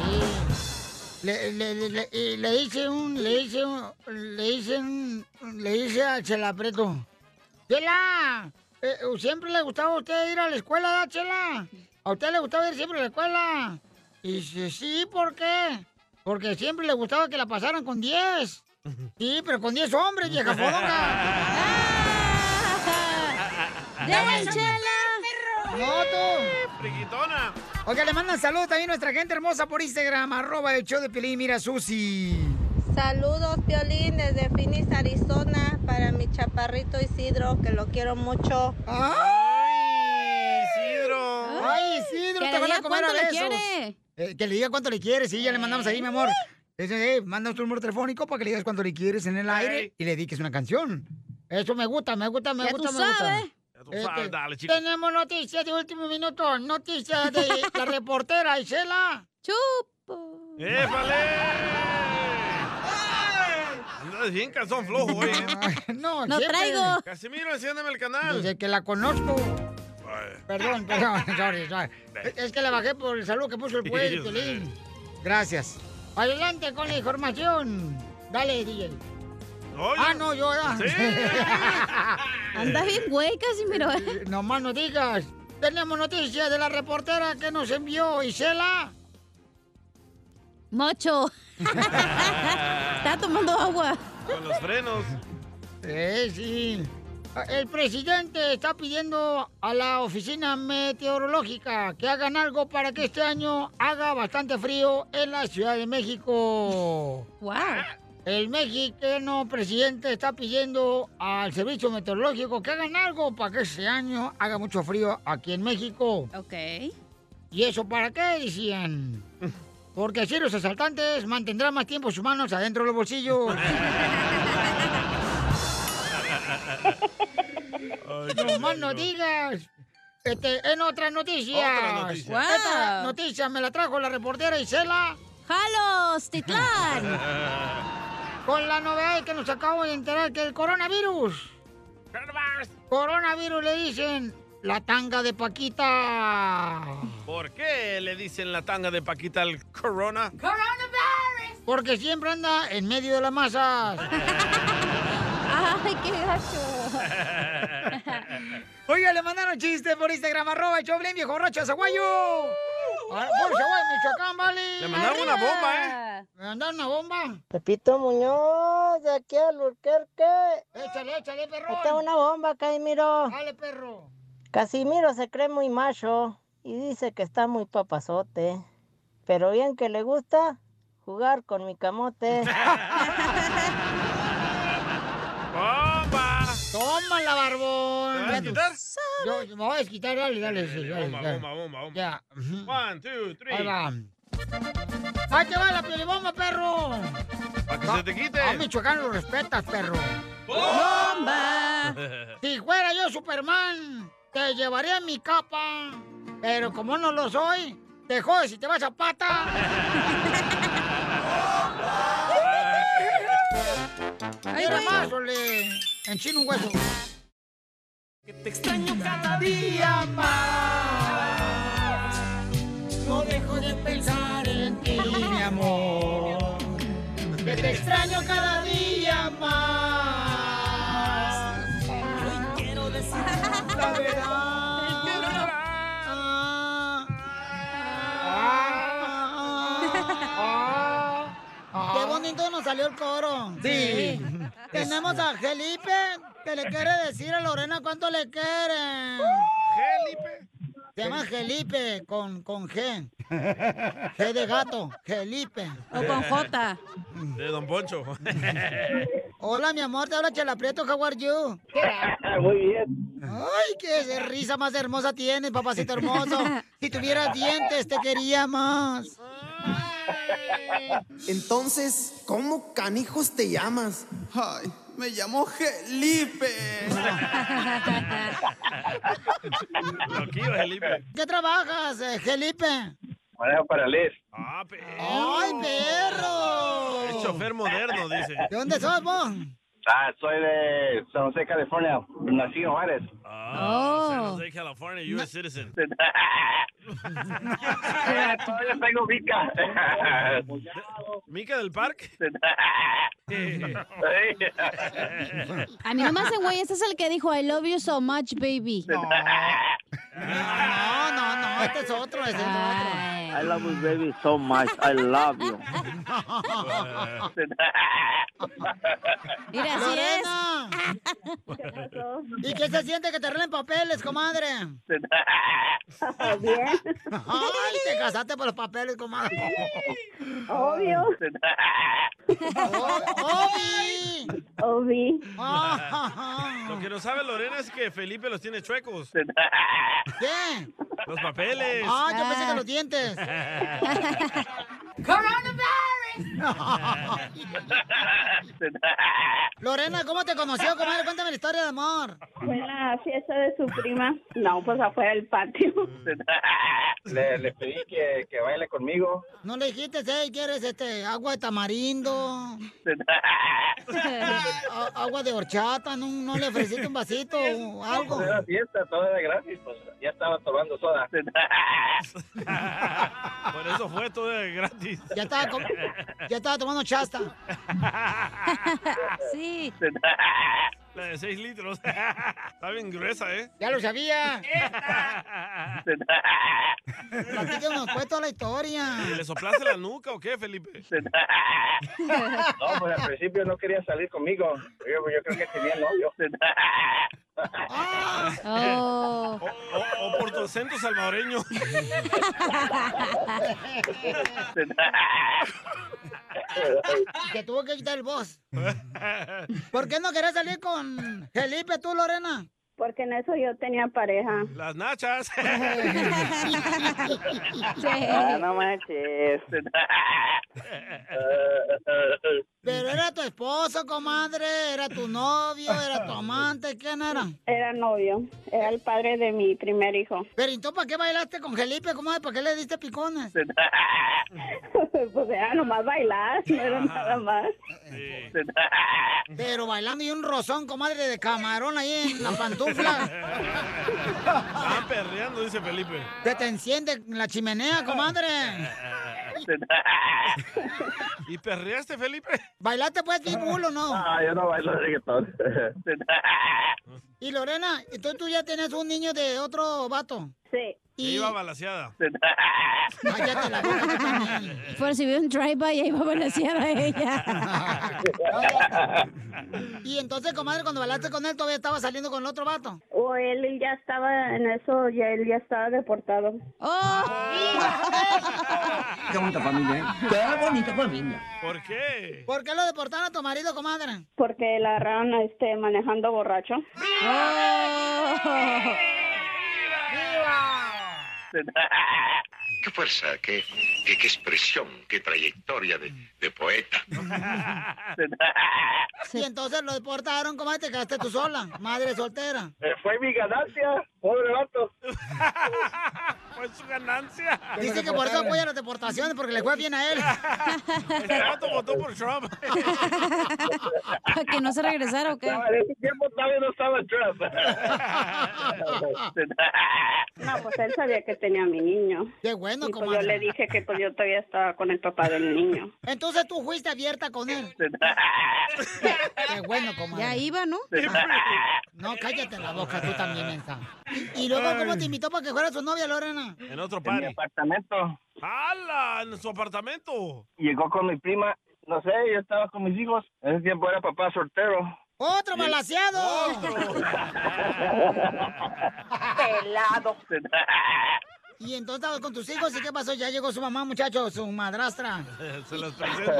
[SPEAKER 1] Y le, le, le- le- y le hice un, le hice un, le hice un, le hice a Chela Prieto. ¡Chela! eh, ¿Siempre le gustaba a usted ir a la escuela, da, Chela? ¿A usted le gustaba ir siempre a la escuela? Y dice, sí, ¿por qué? Porque siempre le gustaba que la pasaran con 10. Sí, pero con 10 hombres, vieja fodonga.
[SPEAKER 10] ¡Ya,
[SPEAKER 1] chela!
[SPEAKER 3] Eh,
[SPEAKER 1] ¡No,
[SPEAKER 3] ¡Friquitona!
[SPEAKER 1] tú! Oiga, le mandan saludos también a nuestra gente hermosa por Instagram, arroba el show de Pelín, mira, Susi.
[SPEAKER 16] Saludos, Piolín, desde Phoenix, Arizona, para mi chaparrito Isidro, que lo quiero mucho.
[SPEAKER 3] ¡Ay, Isidro!
[SPEAKER 2] Ah,
[SPEAKER 1] ¡Ay, Isidro, te van a comer a besos! Eh, que le diga cuánto le quieres, sí, ya le mandamos ahí, mi amor. Ese, eh, manda tu número telefónico para que le digas cuánto le quieres en el aire y le dediques una canción. Eso me gusta, me gusta, me
[SPEAKER 10] Ya tú
[SPEAKER 1] gusta, me
[SPEAKER 10] sabes. ¿eh?
[SPEAKER 1] gusta.
[SPEAKER 10] Ya tú sabes, dale, chico.
[SPEAKER 1] Tenemos noticias de último minuto, noticias de la reportera Isela. ¡Chup!
[SPEAKER 3] Andas bien calzón flojo, güey.
[SPEAKER 1] No, No siempre. traigo.
[SPEAKER 3] Casimiro, enciéndeme el canal.
[SPEAKER 1] Desde pues? que la conozco. Perdón, perdón, sorry, sorry. Es- Es que la bajé por el saludo que puso el güey,
[SPEAKER 10] eh.
[SPEAKER 1] Piolín. Gracias. Adelante con la información. Dale, DJ. ah, no, yo ya.
[SPEAKER 2] Andas bien
[SPEAKER 1] güey, casi miro. Eh, Nomás no digas. Tenemos noticias de la reportera que nos envió Isela. Mocho.
[SPEAKER 3] Está
[SPEAKER 1] tomando agua.
[SPEAKER 3] Con los frenos.
[SPEAKER 1] Sí, Eh, sí. El presidente está pidiendo a la oficina meteorológica que hagan algo para que este año haga bastante frío en la Ciudad de México. ¡Wow! El mexicano presidente está pidiendo al servicio meteorológico que hagan algo para que este año haga mucho frío aquí en México. Ok. ¿Y eso para qué? Decían. Porque así los asaltantes mantendrán más tiempo sus manos adentro de los bolsillos. No más no digas. Este, en otras noticias.
[SPEAKER 10] Otra noticia. Wow.
[SPEAKER 1] Esta noticia me la trajo la reportera Isela. ¡Jalos, Titlán! Con la novedad que nos acabamos de enterar que el coronavirus. Coronavirus le dicen la tanga de Paquita.
[SPEAKER 3] ¿Por qué le dicen la tanga de Paquita al corona?
[SPEAKER 1] Porque siempre anda en medio de las masas. ¡Ay, qué Oiga, le mandaron chiste por Instagram, arroba el Choblin, viejo borracho, aguayo.
[SPEAKER 3] Uh.
[SPEAKER 1] Ah, Por Zaguayo, Michoacán, vale.
[SPEAKER 10] Le mandaron una Arriba. bomba,
[SPEAKER 1] ¿eh? Me mandaron una bomba.
[SPEAKER 11] Pepito Muñoz, de aquí al Urquerque.
[SPEAKER 1] Échale, échale, perro.
[SPEAKER 11] Está una bomba, Casimiro.
[SPEAKER 1] Dale, perro.
[SPEAKER 11] Casimiro se cree muy macho y dice que está muy papazote. Pero bien que le gusta jugar con mi camote.
[SPEAKER 1] ¡Bomba! ¡Tómala, barbón!
[SPEAKER 3] ¿Te vas a quitar?
[SPEAKER 1] Yo, yo me voy a desquitar, dale, dale. sí, dale,
[SPEAKER 3] Bomba,
[SPEAKER 1] dale.
[SPEAKER 3] bomba, bomba, bomba.
[SPEAKER 1] Ya.
[SPEAKER 3] One, two, three.
[SPEAKER 1] Ahí va. ¡Ahí te va la pielibomba, perro!
[SPEAKER 3] Para que se te quite.
[SPEAKER 1] A Michoacán lo respetas, perro. Si fuera yo Superman, te llevaría mi capa. Pero como no lo soy, te jodes y te vas a pata. Mira más, ole. En chino un hueso.
[SPEAKER 10] Te extraño cada día más. No dejo de pensar en ti, mi amor. Que te extraño cada día más. Hoy quiero decir la verdad.
[SPEAKER 1] Ah. Qué bonito nos salió el coro.
[SPEAKER 10] Sí.
[SPEAKER 1] Tenemos a Felipe que le quiere decir a Lorena cuánto le quieren.
[SPEAKER 3] ¿Gelipe?
[SPEAKER 1] Se llama Felipe con, con G. G de gato, Felipe. O con J.
[SPEAKER 3] De Don Poncho.
[SPEAKER 1] Hola, mi amor, te habla Chela Prieto, how are you?
[SPEAKER 8] Ah, Muy bien.
[SPEAKER 1] Ay, qué risa más hermosa tienes, papacito hermoso. Si tuvieras dientes, te quería más.
[SPEAKER 8] Entonces, ¿cómo canijos te llamas? Ay, me llamo Felipe.
[SPEAKER 3] Loquillo, Felipe.
[SPEAKER 1] ¿Qué trabajas, eh, Felipe?
[SPEAKER 8] Manejo para Liz.
[SPEAKER 1] ¡Ay, perro!
[SPEAKER 3] Es chofer moderno, dice.
[SPEAKER 1] ¿De dónde sos vos?
[SPEAKER 8] Ah, soy de San José, California. Nací en Juárez.
[SPEAKER 3] Ah,
[SPEAKER 8] Oh.
[SPEAKER 18] Oh.
[SPEAKER 3] San Jose, California, US citizen.
[SPEAKER 8] Todavía tengo mica.
[SPEAKER 3] ¿Mica del parque?
[SPEAKER 2] A mí no me hacen güey, este es el que dijo I love you so much, baby.
[SPEAKER 1] No, no, no, este es otro, este es otro.
[SPEAKER 8] I love you, baby, so much. I love you.
[SPEAKER 1] Mira,
[SPEAKER 8] así
[SPEAKER 1] ¿Y qué se siente que te arreglen papeles, comadre?
[SPEAKER 8] Bien.
[SPEAKER 1] Ay, te casaste por los papeles, comadre.
[SPEAKER 8] Obvio.
[SPEAKER 1] Obi.
[SPEAKER 8] Obi.
[SPEAKER 3] Lo que no sabe Lorena es que Felipe los tiene chuecos.
[SPEAKER 1] ¿Qué?
[SPEAKER 3] Los papeles.
[SPEAKER 1] Ah, yo pensé que los dientes. ¡Coronavirus! Lorena, ¿cómo te conoció, comadre? Cuéntame la historia de amor.
[SPEAKER 22] Fue en la fiesta de su prima. No, pues afuera del patio.
[SPEAKER 8] Le, le pedí que, que baile conmigo.
[SPEAKER 1] ¿No le dijiste, hey, quieres este, agua de tamarindo? a- agua de horchata, ¿no, no le ofreciste un vasito o algo.
[SPEAKER 8] Era fiesta, todo era gratis, pues ya estaba tomando soda.
[SPEAKER 3] Por eso fue todo de gratis.
[SPEAKER 1] Ya estaba, com- ya estaba tomando chasta. sí.
[SPEAKER 3] La de 6 litros. Está bien gruesa, ¿eh?
[SPEAKER 1] Ya lo sabía. Aquí que nos fue toda la historia.
[SPEAKER 3] ¿Le soplaste la nuca o qué, Felipe?
[SPEAKER 8] No, pues al principio no quería salir conmigo. Yo, pues, yo creo que tenía novio.
[SPEAKER 3] O, o- o por tu acento salvadoreño.
[SPEAKER 1] Te tuvo que quitar el voz. ¿Por qué no querés salir con Felipe tú, Lorena?
[SPEAKER 22] Porque en eso yo tenía pareja.
[SPEAKER 3] Las nachas.
[SPEAKER 22] Ah,
[SPEAKER 8] no manches.
[SPEAKER 1] Pero era tu esposo, comadre, era tu novio, era tu amante, ¿quién era?
[SPEAKER 22] Era novio, era el padre de mi primer hijo.
[SPEAKER 1] Pero entonces, ¿para qué bailaste con Felipe, comadre? ¿Para qué le diste picones?
[SPEAKER 22] pues era nomás bailar, no era nada más.
[SPEAKER 1] Pero bailando y un rozón, comadre, de camarón ahí en la pantufla.
[SPEAKER 3] Están perreando, dice Felipe.
[SPEAKER 1] Que te enciende la chimenea, comadre.
[SPEAKER 3] ¿Y perreaste, Felipe?
[SPEAKER 1] ¿Bailaste pues pitbull o no?
[SPEAKER 8] Ah, yo no bailo reggaetón.
[SPEAKER 1] Y Lorena, entonces tú ya tienes un niño de otro vato.
[SPEAKER 22] Sí.
[SPEAKER 3] Te Iba balaseada.
[SPEAKER 1] Cállate la boca tú también.
[SPEAKER 2] Por si vio un drive-by, ahí va balanceada ella.
[SPEAKER 1] Y entonces, comadre, cuando bailaste con él, todavía estaba saliendo con el otro vato.
[SPEAKER 22] O él ya estaba en eso, ya él ya estaba deportado.
[SPEAKER 1] Oh,
[SPEAKER 23] Qué bonita familia, ¿eh? Qué bonita familia.
[SPEAKER 3] ¿Por qué?
[SPEAKER 1] ¿Por qué lo deportaron a tu marido, comadre?
[SPEAKER 22] Porque la agarraron este, manejando borracho.
[SPEAKER 24] Qué fuerza, qué, qué, qué expresión, qué trayectoria de, de poeta.
[SPEAKER 1] Y entonces lo deportaron, comadre, te quedaste tú sola, madre soltera.
[SPEAKER 8] Fue mi ganancia, pobre vato.
[SPEAKER 3] Fue su ganancia.
[SPEAKER 1] Dice que por eso apoya las deportaciones, porque le fue bien a él.
[SPEAKER 3] Este vato votó por Trump.
[SPEAKER 2] ¿Para que no se regresara o qué?
[SPEAKER 8] tiempo todavía no estaba Trump.
[SPEAKER 22] No, pues él sabía que tenía a mi niño.
[SPEAKER 1] Qué bueno,
[SPEAKER 22] y pues yo
[SPEAKER 1] comadre.
[SPEAKER 22] le dije que pues yo todavía estaba con el papá del niño.
[SPEAKER 1] Entonces tú fuiste abierta con él. Qué bueno, comadre.
[SPEAKER 2] Ya iba, ¿no?
[SPEAKER 1] No, cállate la boca, tú también, mensa. Y luego, ¿cómo te invitó para que fuera su novia, Lorena?
[SPEAKER 3] En otro
[SPEAKER 8] En mi
[SPEAKER 3] party.
[SPEAKER 8] apartamento.
[SPEAKER 3] ¡Hala! En su apartamento.
[SPEAKER 8] Llegó con mi prima. No sé, yo estaba con mis hijos. En ese tiempo era papá soltero.
[SPEAKER 1] ¡Otro balaseado!
[SPEAKER 7] Pelado.
[SPEAKER 1] Y entonces estabas con tus hijos y ¿qué pasó? Ya llegó su mamá, muchacho, su madrastra.
[SPEAKER 3] Se los presento.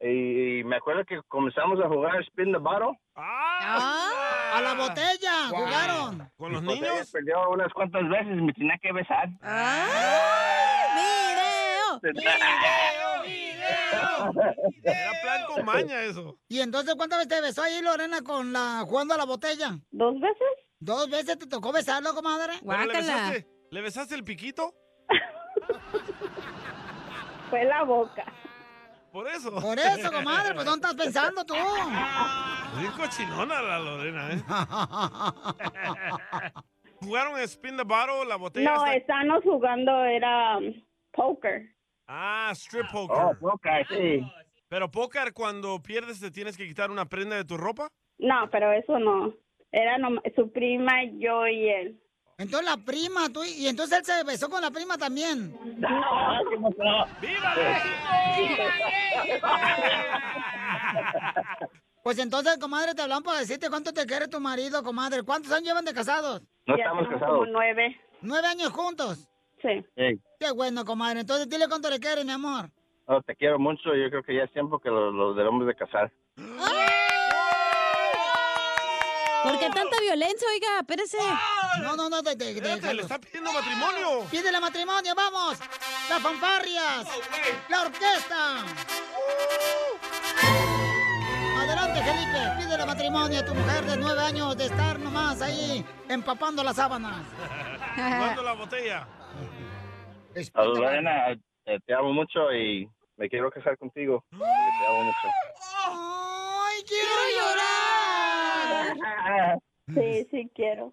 [SPEAKER 15] y, y me acuerdo que comenzamos a jugar Spin the Bottle.
[SPEAKER 1] ¡Ah! ¡A la botella!
[SPEAKER 15] Guau.
[SPEAKER 1] ¡Jugaron!
[SPEAKER 15] ¿Con los niños? pues, Perdió unas cuantas veces y me tenía que besar.
[SPEAKER 1] ¡Video!
[SPEAKER 15] ¡Video,
[SPEAKER 3] Era plan con maña eso.
[SPEAKER 1] Y entonces, ¿cuántas veces te besó ahí, Lorena, con la jugando a la botella?
[SPEAKER 22] ¿Dos veces?
[SPEAKER 1] ¿Dos veces te tocó besarlo, comadre?
[SPEAKER 3] Pero ¿Le besaste, ¿Le besaste el piquito?
[SPEAKER 22] Fue la boca.
[SPEAKER 3] Por eso.
[SPEAKER 1] Por eso, comadre, pues ¿dónde estás pensando tú? Ah,
[SPEAKER 3] Bien cochinona la Lorena, ¿eh? ¿Jugaron Spin the Bottle, la botella?
[SPEAKER 22] No, eh.
[SPEAKER 3] hasta-
[SPEAKER 22] estábamos jugando, era um, póker.
[SPEAKER 3] Ah, strip poker.
[SPEAKER 22] Oh, póker, sí.
[SPEAKER 3] Pero póker, cuando pierdes, te tienes que quitar una prenda de tu ropa.
[SPEAKER 22] No, pero eso no. Era nom- su prima, yo y él.
[SPEAKER 1] Entonces la prima, tú, y entonces él se besó con la prima también.
[SPEAKER 3] ¡Viva
[SPEAKER 1] Pues entonces, comadre, te hablamos para decirte cuánto te quiere tu marido, comadre. ¿Cuántos años llevan de casados?
[SPEAKER 15] No Ya estamos tenemos casados. como
[SPEAKER 22] nueve.
[SPEAKER 1] ¿Nueve años juntos?
[SPEAKER 22] Sí.
[SPEAKER 15] Ey,
[SPEAKER 1] Qué bueno, comadre. Entonces dile cuánto le quiere, mi amor.
[SPEAKER 15] no, oh, te quiero mucho. Yo creo que ya es tiempo que lo, lo debemos de casar.
[SPEAKER 2] ¿Por qué tanta violencia, oiga? Espérese.
[SPEAKER 1] No, no, no, te, te,
[SPEAKER 2] déjalo.
[SPEAKER 3] está pidiendo matrimonio. Oh,
[SPEAKER 1] Pídele matrimonio, vamos. Las fanfarrias. La orquesta. Adelante, Felipe. Pídele matrimonio a tu mujer de nueve años de estar nomás ahí empapando las sábanas.
[SPEAKER 3] Jugando la botella.
[SPEAKER 15] Lorena, eh, te amo mucho y me quiero casar contigo.
[SPEAKER 3] Mm.
[SPEAKER 15] Te amo mucho.
[SPEAKER 1] ¡Ay, quiero
[SPEAKER 22] llorar! Ah, Sí, sí quiero.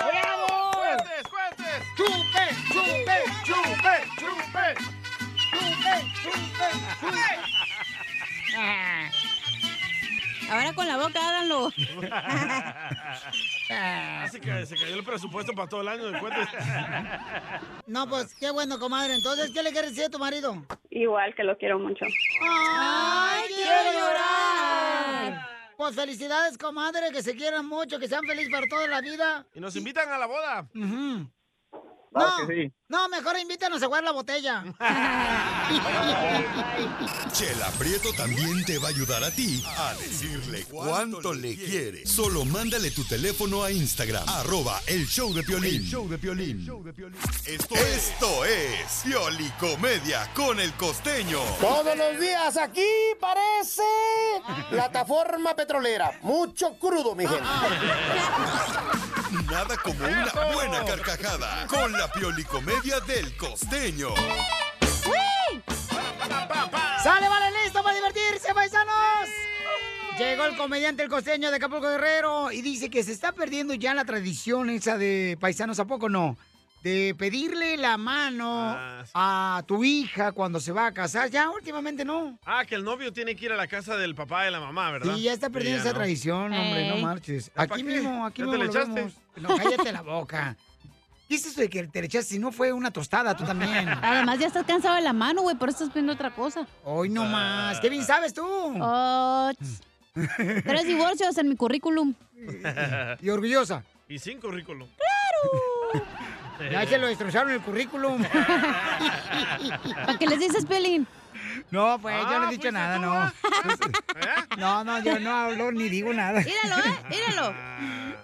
[SPEAKER 1] ¡Bravo!
[SPEAKER 3] ¡Cuentes, cuentes!
[SPEAKER 1] ¡Chupe, chupe,
[SPEAKER 3] chupe, chupe!
[SPEAKER 1] ¡Chupe, chupe, chupe!
[SPEAKER 2] Ahora con la boca háganlo.
[SPEAKER 3] Así que Ah, se cayó el presupuesto para todo el año de cuentes.
[SPEAKER 1] No, pues qué bueno, comadre. Entonces, ¿qué le quieres decir a tu marido?
[SPEAKER 22] Igual que lo quiero mucho.
[SPEAKER 1] ¡Ay, quiero llorar! Pues felicidades, comadre, que se quieran mucho, que sean felices para toda la vida.
[SPEAKER 3] Y nos invitan a la boda.
[SPEAKER 1] Claro
[SPEAKER 15] que sí.
[SPEAKER 1] No, mejor invítanos a jugar la botella.
[SPEAKER 4] Chela Prieto también te va a ayudar a ti a decirle cuánto le quiere. Solo mándale tu teléfono a Instagram, arroba el show de Piolín.
[SPEAKER 25] El
[SPEAKER 4] show de Esto, esto es Piolicomedia con el costeño.
[SPEAKER 25] Todos los días aquí parece plataforma petrolera. Mucho crudo, mi gente.
[SPEAKER 4] Nada como una buena carcajada con la Piolicomedia del costeño.
[SPEAKER 1] ¡Sale, vale, listo para divertirse, paisanos! Llegó el comediante el costeño de Acapulco Guerrero y dice que se está perdiendo ya la tradición esa de paisanos, ¿a poco no? De pedirle la mano a tu hija cuando se va a casar. Ya últimamente no.
[SPEAKER 3] Ah, que el novio tiene que ir a la casa del papá de la mamá, ¿verdad?
[SPEAKER 1] Sí, ya está perdiendo esa
[SPEAKER 3] ¿no?
[SPEAKER 1] tradición, hombre, no
[SPEAKER 3] Ey.
[SPEAKER 1] marches.
[SPEAKER 3] ¿Ya pa' qué?
[SPEAKER 1] Aquí mismo, aquí
[SPEAKER 3] ¿Ya
[SPEAKER 1] mismo
[SPEAKER 3] te le
[SPEAKER 1] lo
[SPEAKER 3] echaste?
[SPEAKER 1] vemos. No, cállate la boca. ¿Qué es eso de que te le echaste? Si no fue una tostada, tú también.
[SPEAKER 2] Además, ya estás cansado de la mano, güey, por eso estás pidiendo otra cosa.
[SPEAKER 1] Hoy no más. Qué bien sabes tú.
[SPEAKER 2] Oh, tss. tres divorcios en mi currículum.
[SPEAKER 1] Y orgullosa.
[SPEAKER 3] Y sin currículum.
[SPEAKER 1] Ya se lo destrozaron el currículum.
[SPEAKER 2] ¿Para qué les dices, Pelín?
[SPEAKER 1] No, pues yo
[SPEAKER 3] Ah,
[SPEAKER 1] no he dicho nada, no. No, no, yo no hablo ni digo nada.
[SPEAKER 2] Míralo, ¿eh? Míralo.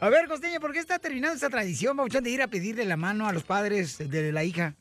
[SPEAKER 1] A ver, Costeño, ¿por qué está terminando esa tradición, Bauchón, de ir a pedirle la mano a los padres de la hija?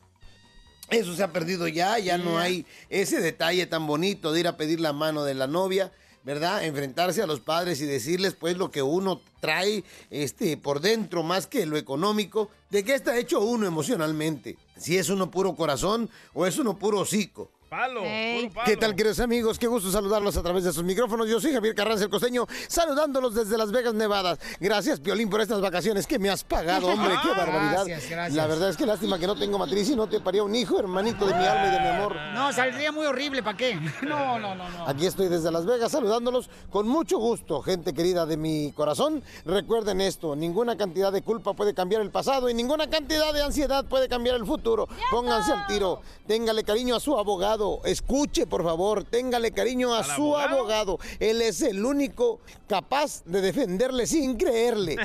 [SPEAKER 25] Eso se ha perdido ya, ya no hay ese detalle tan bonito de ir a pedir la mano de la novia, ¿verdad? Enfrentarse a los padres y decirles pues lo que uno trae este por dentro más que lo económico, de qué está hecho uno emocionalmente. Si es uno puro corazón o es uno puro hocico.
[SPEAKER 3] Palo, puro palo.
[SPEAKER 25] ¿Qué tal, queridos amigos? Qué gusto saludarlos a través de sus micrófonos. Yo soy Javier Carranza el Costeño, saludándolos desde Las Vegas, Nevada. Gracias, Piolín, por estas vacaciones que me has pagado, hombre. Qué
[SPEAKER 1] Ah,
[SPEAKER 25] barbaridad.
[SPEAKER 1] gracias, gracias.
[SPEAKER 25] La verdad es que lástima que no tengo matriz y no te paría un hijo, hermanito de mi alma y de mi amor.
[SPEAKER 1] No, saldría muy horrible, ¿para qué? No, no, no, no.
[SPEAKER 25] Aquí estoy desde Las Vegas saludándolos con mucho gusto, gente querida de mi corazón. Recuerden esto, ninguna cantidad de culpa puede cambiar el pasado y ninguna cantidad de ansiedad puede cambiar el futuro. Pónganse al tiro, téngale cariño a su abogado, abogado. Escuche, por favor, téngale cariño a su abogado? Él es el único capaz de defenderle sin creerle.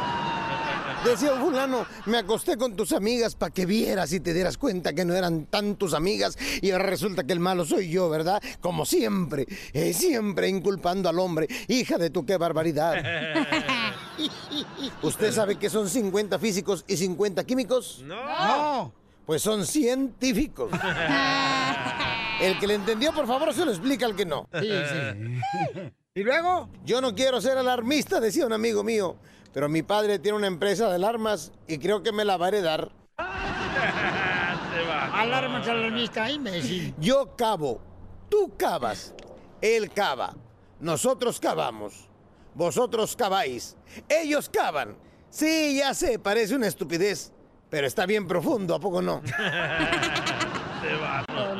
[SPEAKER 25] Decía un fulano, me acosté con tus amigas para que vieras y te dieras cuenta que no eran tan tus amigas y ahora resulta que el malo soy yo, ¿verdad? Como siempre, eh, siempre inculpando al hombre. Hija de tu qué barbaridad. ¿Usted sabe que son 50 físicos y 50 químicos? No. Pues son científicos. El que le entendió, por favor, se lo explica al que no.
[SPEAKER 10] Sí,
[SPEAKER 25] ¿Y luego? Yo no quiero ser alarmista, decía un amigo mío, pero mi padre tiene una empresa de alarmas y creo que me la va a heredar.
[SPEAKER 1] Alarma alarmista, imbécil.
[SPEAKER 25] Yo cavo, tú cavas, él cava, nosotros cavamos, vosotros caváis, ellos cavan. Sí, ya sé, parece una estupidez, pero está bien profundo, ¿a poco no?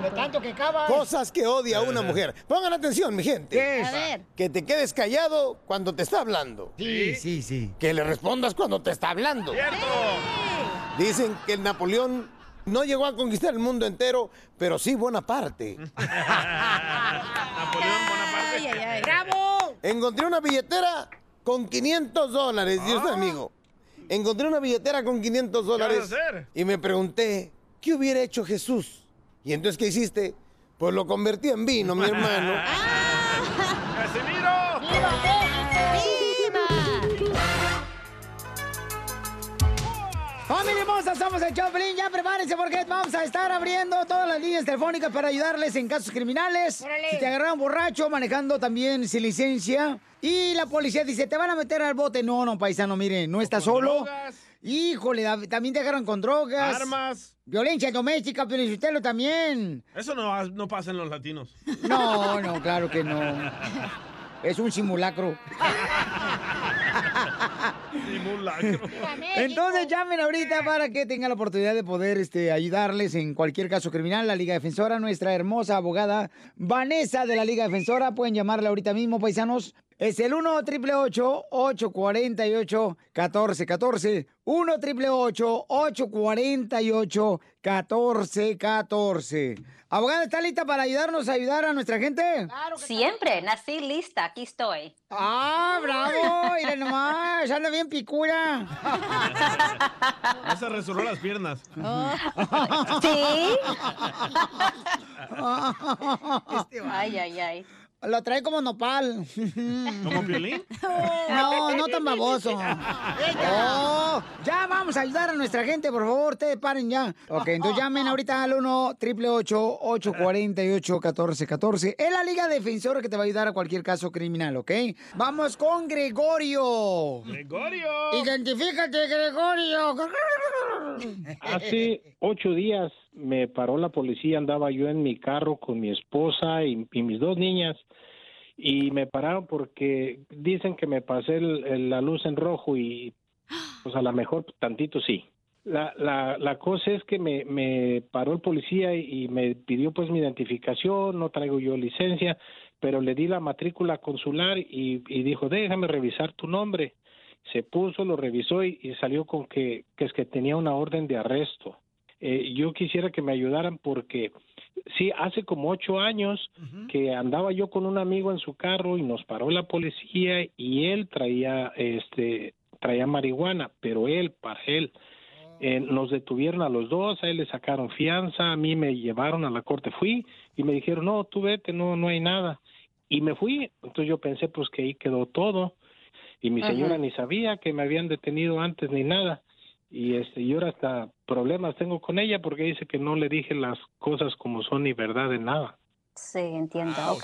[SPEAKER 1] Lo tanto que cava.
[SPEAKER 25] Cosas que odia una mujer. Pongan atención, mi gente.
[SPEAKER 1] Eh. ¿Qué es? A ver.
[SPEAKER 25] Que te quedes callado cuando te está hablando.
[SPEAKER 1] Sí, sí, sí.
[SPEAKER 25] Que le respondas cuando te está hablando. Dicen que el Napoleón no llegó a conquistar el mundo entero, pero sí buena parte.
[SPEAKER 2] Ay, ay, ay.
[SPEAKER 25] Encontré una billetera con 500 dólares, Dios amigo. Encontré una billetera con
[SPEAKER 10] Ah.
[SPEAKER 25] 500
[SPEAKER 10] vas a
[SPEAKER 25] dólares.
[SPEAKER 10] hacer?
[SPEAKER 25] Y me pregunté, ¿qué hubiera hecho Jesús? Y entonces, ¿qué hiciste? Pues lo convertí en vino, mi hermano.
[SPEAKER 10] ¡Casimiro! ¡Viva
[SPEAKER 1] ¡Familia hermosa! Somos el Choplin. Ya prepárense porque vamos a estar abriendo todas las líneas telefónicas para ayudarles en casos criminales. Si te agarraron borracho, manejando también sin licencia. Y la policía dice, te van a meter al bote. No, no, paisano, mire, no está solo. Híjole, da- también te agarran con drogas.
[SPEAKER 3] Armas.
[SPEAKER 1] Violencia doméstica, Pionicitelo también.
[SPEAKER 3] Eso no, no pasa en los latinos.
[SPEAKER 1] No, no, claro que no. Es un simulacro.
[SPEAKER 3] Simulacro.
[SPEAKER 1] Entonces llamen ahorita para que tengan la oportunidad de poder este, ayudarles en cualquier caso criminal. La Liga Defensora, nuestra hermosa abogada Vanessa de la Liga Defensora. Pueden llamarla ahorita mismo, paisanos. Es el 1 888 848 1414 1 888 848 1414 Abogada, ¿está lista para ayudarnos a ayudar a nuestra gente?
[SPEAKER 26] Siempre, nací lista, aquí estoy.
[SPEAKER 1] ¡Ah, bravo! Mira nomás, anda bien picura.
[SPEAKER 3] No se resurró las piernas. Este
[SPEAKER 26] ¿Sí? Ay, ay, ay.
[SPEAKER 1] Lo trae como nopal.
[SPEAKER 3] ¿Como violín?
[SPEAKER 1] No, no tan baboso. Oh, ya vamos a ayudar a nuestra gente, por favor, te paren ya. Ok, entonces llamen ahorita al 1 848 1414 Es la Liga Defensora que te va a ayudar a cualquier caso criminal, ¿ok? Vamos con Gregorio.
[SPEAKER 3] ¡Gregorio!
[SPEAKER 1] Identifícate, Gregorio.
[SPEAKER 17] Hace ocho días me paró la policía, andaba yo en mi carro con mi esposa y, y mis dos niñas y me pararon porque dicen que me pasé el- el- la luz en rojo y pues a lo mejor tantito sí. La, la, la cosa es que me, me paró el policía y me pidió pues mi identificación, no traigo yo licencia, pero le di la matrícula consular y, y dijo, déjame revisar tu nombre. Se puso, lo revisó y, y salió con que, que es que tenía una orden de arresto. Eh, yo quisiera que me ayudaran porque sí, hace como ocho años que andaba yo con un amigo en su carro y nos paró la policía y él traía este traía marihuana, pero él para él Eh, nos detuvieron a los dos, a él le sacaron fianza, a mí me llevaron a la corte, fui y me dijeron no, tú vete, no no hay nada y me fui, entonces yo pensé pues que ahí quedó todo y mi
[SPEAKER 24] Ajá.
[SPEAKER 17] señora ni sabía que me habían detenido antes ni nada y este yo ahora hasta problemas tengo con ella porque dice que no le dije las cosas como son ni verdad de nada
[SPEAKER 26] Sí, entiendo, ok.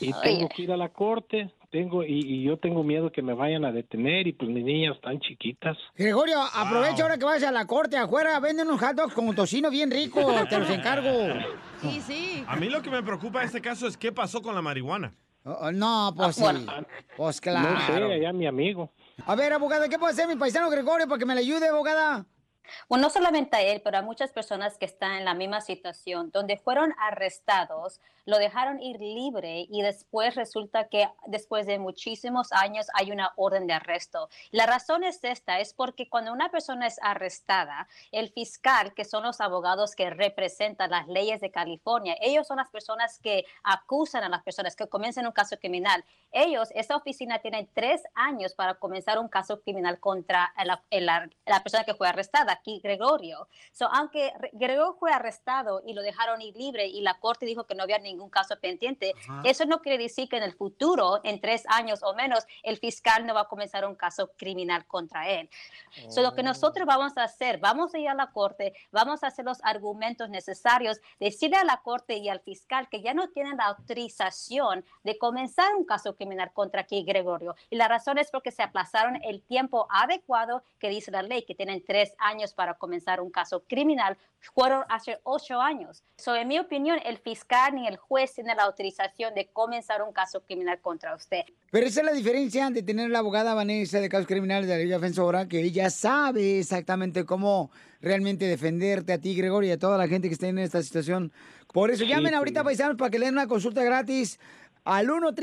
[SPEAKER 17] y
[SPEAKER 26] Ay,
[SPEAKER 17] tengo
[SPEAKER 26] ay.
[SPEAKER 17] que ir a la corte tengo y, y yo tengo miedo que me vayan a detener y pues mis niñas están chiquitas
[SPEAKER 1] Gregorio, aprovecha ahora que vas a la corte afuera, venden unos hot dogs con tocino bien rico, te los encargo.
[SPEAKER 2] Sí, sí.
[SPEAKER 3] A mí lo que me preocupa de este caso es qué pasó con la marihuana.
[SPEAKER 1] no, pues sí. Pues claro.
[SPEAKER 17] no sé allá mi amigo
[SPEAKER 1] A ver, abogada, ¿qué puede hacer mi paisano Gregorio para que me le ayude, abogada?
[SPEAKER 26] Bueno, no solamente a él, pero a muchas personas que están en la misma situación, donde fueron arrestados, lo dejaron ir libre y después resulta que después de muchísimos años hay una orden de arresto. La razón es esta, es porque cuando una persona es arrestada, el fiscal, que son los abogados que representan las leyes de California, ellos son las personas que acusan a las personas que comienzan un caso criminal. Ellos, esa oficina tiene tres años para comenzar un caso criminal contra la, la- la persona que fue arrestada, aquí Gregorio. So, aunque Re- Gregorio fue arrestado y lo dejaron ir libre y la corte dijo que no había ningún caso pendiente,
[SPEAKER 18] Ajá.
[SPEAKER 26] eso no quiere decir que en el futuro, en tres años o menos, el fiscal no va a comenzar un caso criminal contra él. So, lo que nosotros vamos a hacer, vamos a ir a la corte, vamos a hacer los argumentos necesarios, decirle a la corte y al fiscal que ya no tienen la autorización de comenzar un caso criminal contra aquí Gregorio. Y la razón es porque se aplazaron el tiempo adecuado que dice la ley, que tienen tres años para comenzar un caso criminal. Fueron hace ocho años. So, en mi opinión, el fiscal ni el juez tienen la autorización de comenzar un caso criminal contra usted.
[SPEAKER 1] Pero esa es la diferencia de tener la abogada Vanessa de casos criminales de la Liga Defensora, que ella sabe exactamente cómo realmente defenderte a ti, Gregorio, y a toda la gente que está en esta situación. Por eso,
[SPEAKER 10] Sí,
[SPEAKER 1] llamen
[SPEAKER 10] sí.
[SPEAKER 1] ahorita, paisanos, para que le den una consulta gratis al 1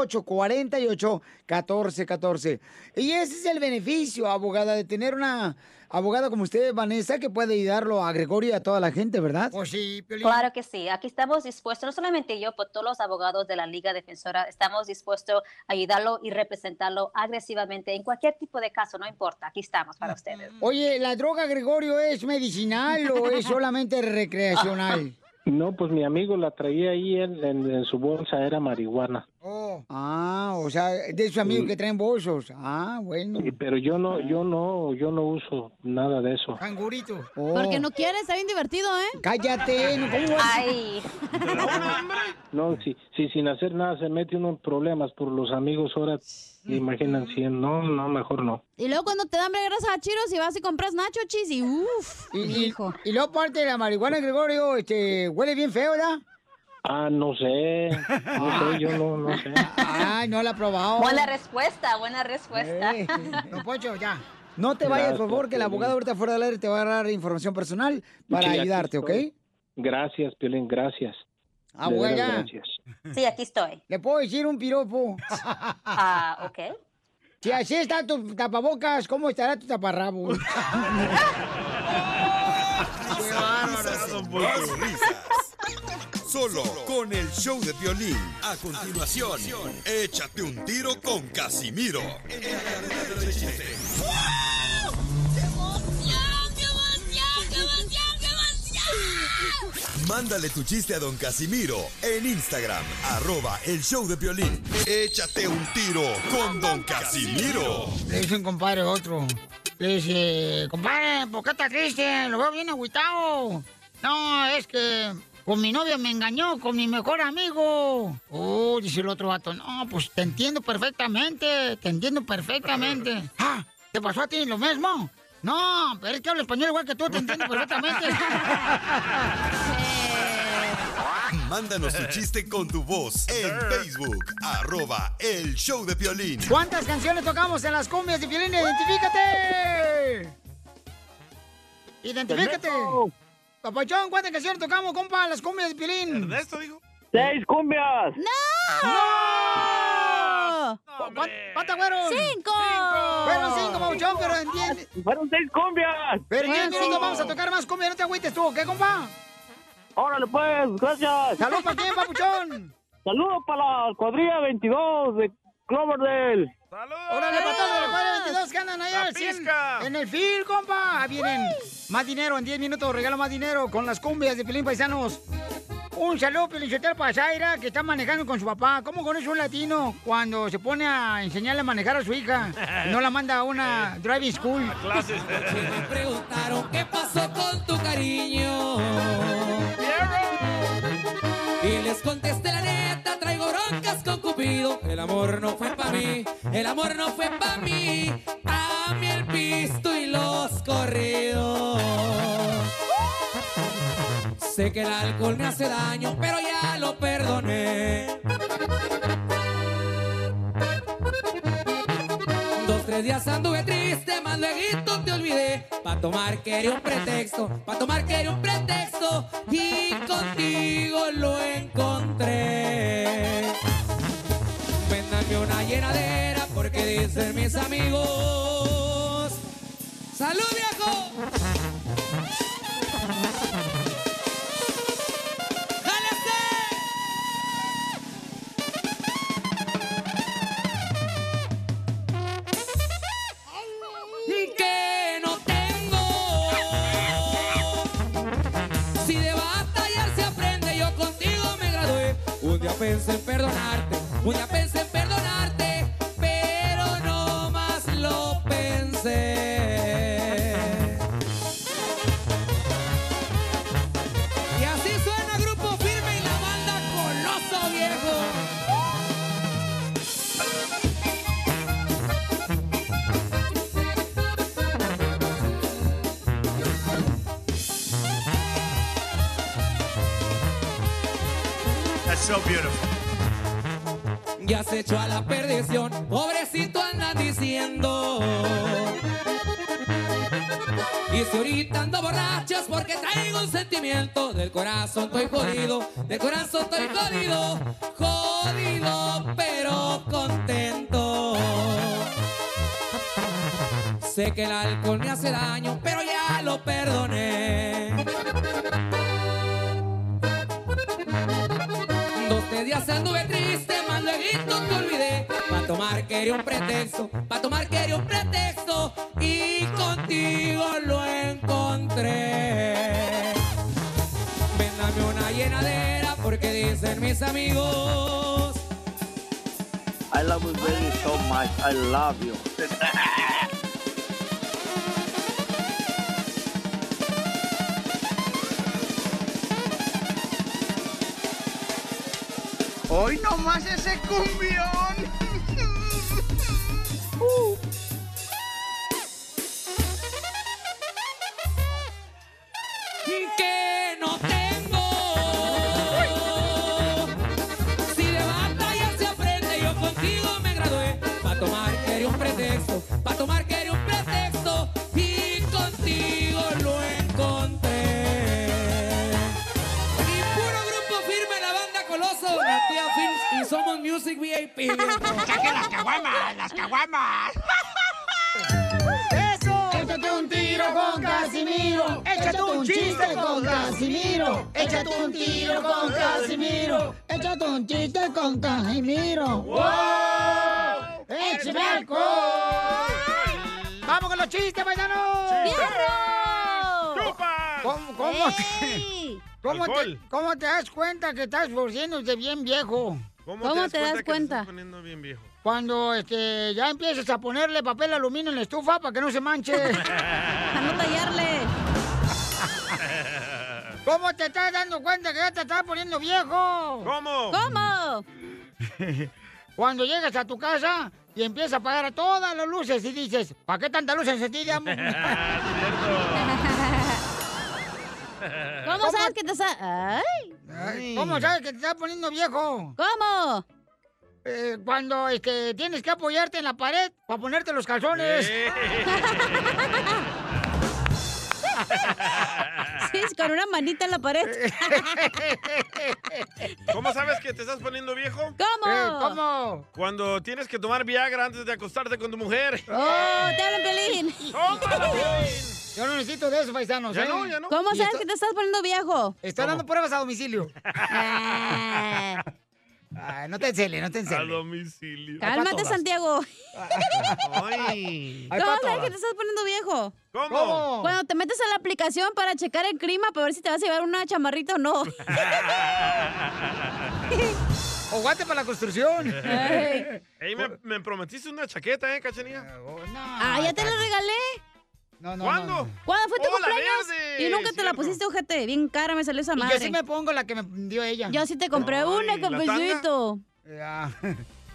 [SPEAKER 1] 848 1414 Y ese es el beneficio, abogada, de tener una abogada como usted, Vanessa, que puede ayudarlo a Gregorio y a toda la gente, ¿verdad? Pues sí,
[SPEAKER 26] Claro que sí, aquí estamos dispuestos, no solamente yo, pero todos los abogados de la Liga Defensora, estamos dispuestos a ayudarlo y representarlo agresivamente en cualquier tipo de caso, no importa, aquí estamos para ustedes.
[SPEAKER 1] Oye, ¿la droga, Gregorio, es medicinal o es solamente recreacional?
[SPEAKER 17] No, pues mi amigo la traía ahí en, en- en su bolsa, era marihuana.
[SPEAKER 1] Ah, o sea, de sus amigos que traen bolsos. Ah, bueno.
[SPEAKER 17] Y- Mm. Pero yo no, yo no, yo no uso nada de eso. Oh.
[SPEAKER 1] Cangurito.
[SPEAKER 2] Porque no quieres, está bien divertido, ¿eh?
[SPEAKER 1] Oh. Cállate, no, ¿cómo vas a-
[SPEAKER 26] Ay.
[SPEAKER 17] No, si, si sin hacer nada se mete uno en problemas por los amigos ahora, imaginan si no, no, mejor no.
[SPEAKER 2] Y luego cuando te dan hambre, agarras a Chiros y vas y compras nacho chis y uff.
[SPEAKER 1] Y, y- y luego parte de la marihuana, Gregorio, este, huele bien feo, ¿verdad?
[SPEAKER 17] Ah, no sé, no sé, yo no, no sé.
[SPEAKER 1] Ay, no la he probado.
[SPEAKER 26] Buena respuesta, buena respuesta.
[SPEAKER 1] No, Pocho, ya. No te vayas, por favor, que el abogado ahorita fuera del aire te va a dar información personal para
[SPEAKER 17] Sí, aquí
[SPEAKER 1] ayudarte, ¿ok?
[SPEAKER 17] estoy. Gracias, Piolín, gracias. De veras,
[SPEAKER 1] Abuela.
[SPEAKER 17] gracias.
[SPEAKER 26] Sí, aquí estoy.
[SPEAKER 1] ¿Le puedo decir un piropo?
[SPEAKER 26] Ah, ok.
[SPEAKER 1] Si así está tu tapabocas, ¿cómo estará tu taparrabo?
[SPEAKER 4] Más risas. Solo con el show de violín. A continuación, échate un tiro con Casimiro. Mándale tu chiste a don Casimiro en Instagram, arroba el show de violín. Échate un tiro con don Casimiro.
[SPEAKER 1] Le dice un compadre a otro. Le dice, compadre, ¿por qué está triste? Lo veo bien agüitado. No, es que con mi novia me engañó, con mi mejor amigo. Oh, dice el otro vato, no, pues te entiendo perfectamente, te entiendo perfectamente. Ah, ¿te pasó a ti lo mismo? No, pero es que hablo español igual que tú, te entiendo perfectamente.
[SPEAKER 4] Mándanos tu chiste con tu voz en Facebook, arroba el show de violín.
[SPEAKER 1] ¿Cuántas canciones tocamos en las cumbias de Piolín? ¡Identifícate! ¡Identifícate! Papachón, ¿cuántas canciones tocamos, compa, en las cumbias de Piolín? Ernesto dijo.
[SPEAKER 10] ¡Seis cumbias!
[SPEAKER 1] ¡No! ¿Cu- ¿Cuántas fueron?
[SPEAKER 10] ¡Cinco!
[SPEAKER 1] Fueron cinco, Pauchón, pero en diez...
[SPEAKER 10] ¡Fueron seis cumbias!
[SPEAKER 1] Pero en diez minutos vamos a tocar más cumbia, no te agüites tú, ¿ok, compa?
[SPEAKER 10] ¡Órale, pues! ¡Gracias!
[SPEAKER 1] ¡Saludos para quién, papuchón!
[SPEAKER 10] ¡Saludos para la cuadrilla 22 de Cloverdale!
[SPEAKER 1] ¡Órale, para todos los cuadros 22 que andan ahí al 100! ¡En el fil, compa! Ahí vienen más dinero en 10 minutos, regalo más dinero con las cumbias de Pilín Paisanos. Un saludo, Pelichotel, para Zaira, que está manejando con su papá. ¿Cómo conoce un latino cuando se pone a enseñarle a manejar a su hija? y No la manda a una driving school.
[SPEAKER 10] Clases.
[SPEAKER 19] preguntaron qué pasó con tu cariño. Y les contesté la neta, traigo broncas con Cupido. El amor no fue para mí, el amor no fue para mí. A mí el pisto y los corridos. Sé que el alcohol me hace daño, pero ya lo perdoné. Dos, tres
[SPEAKER 6] Tres días anduve triste, más luego te olvidé. Pa' tomar quería un pretexto, pa' tomar quería un pretexto. Y contigo lo encontré. Véndame una llenadera porque dicen mis amigos. ¡Salud, viejo! que no tengo. Si de batallar se aprende, yo contigo me gradué. Un día pensé en perdonarte, un día pensé en perdonarte, pero no más lo pensé. Y así suena Grupo Firme y la banda Coloso Viejo.
[SPEAKER 27] That's so beautiful.
[SPEAKER 6] Ya se echó a la perdición, pobrecito anda diciendo. Y si ahorita ando borracho es porque traigo un sentimiento del corazón estoy jodido, del corazón estoy jodido, jodido pero contento. Sé que el alcohol me hace daño, pero ya lo perdoné. Dos tres días anduve triste, más luego te olvidé. Pa' tomar quería un pretexto, pa' tomar quería un pretexto. Y contigo lo encontré. Véndame una llenadera porque dicen mis amigos.
[SPEAKER 10] I love you very so much. I love you.
[SPEAKER 28] Hoy nomás ese cumbión.
[SPEAKER 6] que no tengo. Si de batalla se aprende, yo contigo me gradué. Pa' tomar quería un pretexto, pa' tomar quería un pretexto. Y contigo lo encontré. Y puro grupo firme, la banda Coloso, la tía Films y Somos Music VIP. ¡Saque las caguamas, las caguamas!
[SPEAKER 1] ¡Eso! Échate un tiro con Casimiro. Échate un chiste con Casimiro. Échate un tiro con Casimiro. Échate un chiste con Casimiro. ¡Wow! ¡Échame alcohol! ¡Vamos con los chistes, paisanos! ¿Cómo, cómo te, cómo, te,
[SPEAKER 3] Alcohol.
[SPEAKER 1] cómo te das cuenta que estás volviéndote bien viejo?
[SPEAKER 3] que te estás poniendo bien viejo?
[SPEAKER 1] Cuando este, ya empieces a ponerle papel aluminio en la estufa para que no se manche. Para no tallarle. ¿Cómo te estás dando cuenta que ya te estás poniendo viejo?
[SPEAKER 3] ¿Cómo?
[SPEAKER 1] ¿Cómo? Cuando llegas a tu casa y empiezas a apagar a todas las luces y dices, ¿para qué tantas luces se tiran?
[SPEAKER 2] ¿Cómo, sabes que te sa-
[SPEAKER 1] Ay, ¿Cómo sabes que te estás poniendo viejo? ¿Cómo? cuando este, tienes que apoyarte en la pared para ponerte los calzones.
[SPEAKER 3] Ah.
[SPEAKER 2] ¡Ay! Sí, con una manita en la pared.
[SPEAKER 3] ¿Cómo sabes que te estás poniendo viejo?
[SPEAKER 2] ¿Cómo? Eh, ¿cómo?
[SPEAKER 3] Cuando tienes que tomar Viagra antes de acostarte con tu mujer.
[SPEAKER 2] ¡Oh, te hablan pelín!
[SPEAKER 1] Yo no necesito de eso, paisanos.
[SPEAKER 3] Ya
[SPEAKER 1] ¿eh?
[SPEAKER 3] no, ya no.
[SPEAKER 2] ¿Cómo
[SPEAKER 1] Y
[SPEAKER 2] sabes
[SPEAKER 1] esto-
[SPEAKER 2] que te estás poniendo viejo?
[SPEAKER 1] Estoy dando pruebas a domicilio. Ay, no te enceles, no te enceles.
[SPEAKER 3] A domicilio.
[SPEAKER 2] Cálmate, Santiago.
[SPEAKER 3] Ay.
[SPEAKER 2] ¿Cómo sabes que te estás poniendo viejo?
[SPEAKER 3] Ah, ¿Cómo? ¿Cómo?
[SPEAKER 2] Cuando te metes a la aplicación para checar el clima para ver si te vas a llevar una chamarrita o no.
[SPEAKER 1] O guante para Oh, la construcción.
[SPEAKER 2] Ay.
[SPEAKER 3] Ey, me, me prometiste una chaqueta, ¿eh, Cachanía?
[SPEAKER 1] oh,
[SPEAKER 2] Ah, ya te la regalé.
[SPEAKER 1] No,
[SPEAKER 3] no, ¿Cuándo? no, no.
[SPEAKER 2] ¿Cuándo fue tu
[SPEAKER 3] ¡Oh, la
[SPEAKER 2] cumpleaños?
[SPEAKER 3] verde!
[SPEAKER 2] Y nunca te la
[SPEAKER 3] Cierto.
[SPEAKER 2] pusiste, ojete. Bien cara me salió esa
[SPEAKER 1] Y
[SPEAKER 2] madre.
[SPEAKER 1] yo sí me pongo la que me dio ella.
[SPEAKER 2] Yo sí te compré una, compensito.
[SPEAKER 1] Ya.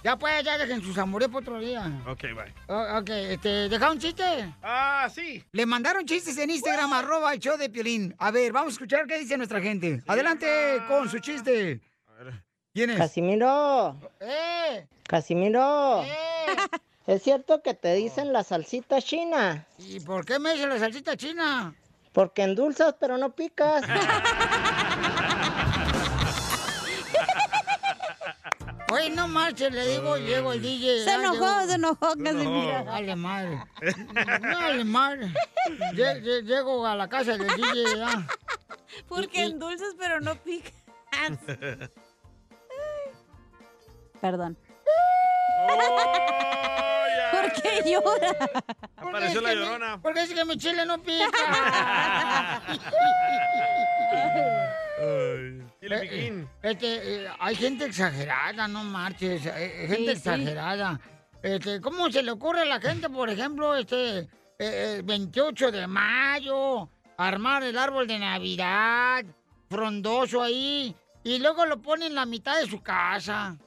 [SPEAKER 1] Ya pues, ya dejen sus amores por otro día.
[SPEAKER 3] Ok, bye.
[SPEAKER 1] O- ok, este, ¿deja un chiste?
[SPEAKER 3] Ah, sí.
[SPEAKER 1] Le mandaron chistes en Instagram, arroba el show de Piolín. A ver, vamos a escuchar qué dice nuestra gente. Adelante con su chiste.
[SPEAKER 8] Casimiro,
[SPEAKER 1] ¡Eh!
[SPEAKER 8] Casimiro, ¿Es cierto que te dicen la salsita china?
[SPEAKER 1] ¿Y por qué me dicen la salsita china?
[SPEAKER 8] Porque endulzas pero no picas.
[SPEAKER 1] Oye, no marches, le digo, llego el DJ.
[SPEAKER 2] Se enojó, se enojó, Casimiro.
[SPEAKER 1] Dale madre. Dale madre. Lle- lle- Llego a la casa del DJ, ya.
[SPEAKER 2] Porque endulzas pero no picas. Perdón. ¿Por qué llora?
[SPEAKER 1] Apareció
[SPEAKER 3] la
[SPEAKER 1] llorona. Porque dice que mi chile no pica.
[SPEAKER 3] Chile
[SPEAKER 1] Eh,
[SPEAKER 3] piquín.
[SPEAKER 1] eh, este, eh, hay gente exagerada, no marches. eh, eh,
[SPEAKER 3] Sí,
[SPEAKER 1] gente
[SPEAKER 3] sí.
[SPEAKER 1] exagerada. Este, ¿Cómo se le ocurre a la gente, por ejemplo, este eh, eh, 28 de mayo, armar el árbol de Navidad, frondoso ahí, y luego lo pone en la mitad de su casa?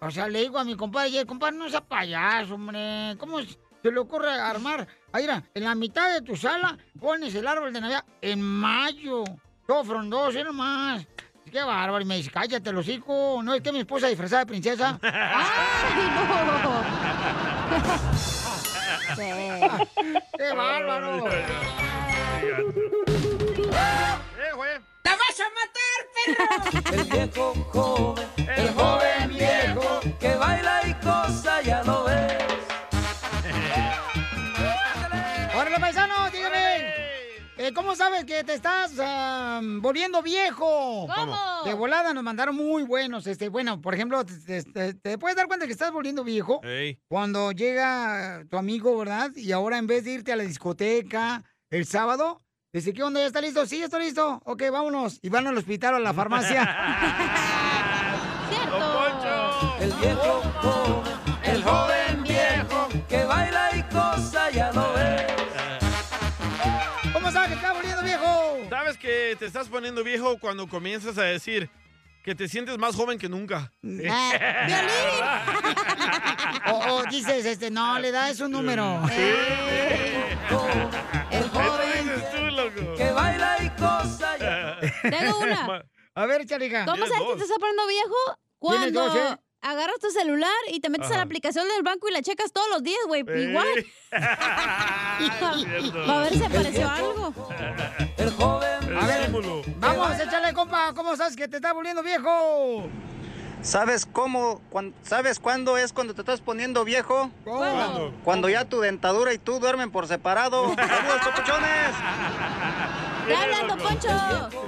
[SPEAKER 1] O sea, le digo a mi compadre, "Oye, compadre, no seas payaso, hombre. ¿Cómo se le ocurre armar? Ahí, mira, en la mitad de tu sala pones el árbol de Navidad en mayo. Todo frondoso, y nomás. Qué bárbaro. Y me dice, cállate, los hocico. No es que mi esposa disfrazada de princesa.
[SPEAKER 29] ¡Ay, no!
[SPEAKER 1] ¡Qué bárbaro!
[SPEAKER 29] ¡La vas a matar,
[SPEAKER 10] El viejo joven, el joven viejo, que baila y cosa ya lo ves.
[SPEAKER 1] ¡Órale, paisano! Dígame. eh, ¿Cómo sabes que te estás ah, volviendo viejo?
[SPEAKER 29] ¿Cómo?
[SPEAKER 1] De volada nos mandaron muy buenos. Este, bueno, por ejemplo, te, te- te puedes dar cuenta que estás volviendo viejo cuando llega tu amigo, ¿verdad? Y ahora en vez de irte a la discoteca el sábado, dice, ¿qué onda? ¿Ya está listo? Sí, ya está listo. Ok, vámonos. Y van al hospital o a la farmacia.
[SPEAKER 10] El viejo joven, el joven viejo, que baila y cosa ya lo ves.
[SPEAKER 1] ¿Cómo sabes que estás volviendo viejo?
[SPEAKER 3] ¿Sabes que te estás poniendo viejo cuando comienzas a decir que te sientes más joven que nunca?
[SPEAKER 1] o, o dices, este, no, le da es un número. Oh,
[SPEAKER 29] El
[SPEAKER 10] Que baila y cosa ya.
[SPEAKER 2] Tengo una.
[SPEAKER 1] A ver, Charica.
[SPEAKER 2] ¿Cómo sabes que te estás poniendo viejo?
[SPEAKER 1] Tienes
[SPEAKER 2] Cuando
[SPEAKER 1] dos, ¿eh?
[SPEAKER 2] agarras tu celular y te metes a la
[SPEAKER 1] Ajá.
[SPEAKER 2] aplicación del banco y la checas todos los días, güey.
[SPEAKER 29] Eh.
[SPEAKER 2] Igual. Va a ver si apareció algo.
[SPEAKER 10] El joven
[SPEAKER 1] A ver, vamos, échale, compa. ¿Cómo sabes que te estás volviendo viejo?
[SPEAKER 18] ¿Sabes cómo? cuán- ¿Sabes cuándo es cuando te estás poniendo viejo?
[SPEAKER 1] ¿Cuándo?
[SPEAKER 18] Cuando ya tu dentadura y tú duermen por separado. ¡Saludos, papuchones!
[SPEAKER 2] hablan, don Poncho!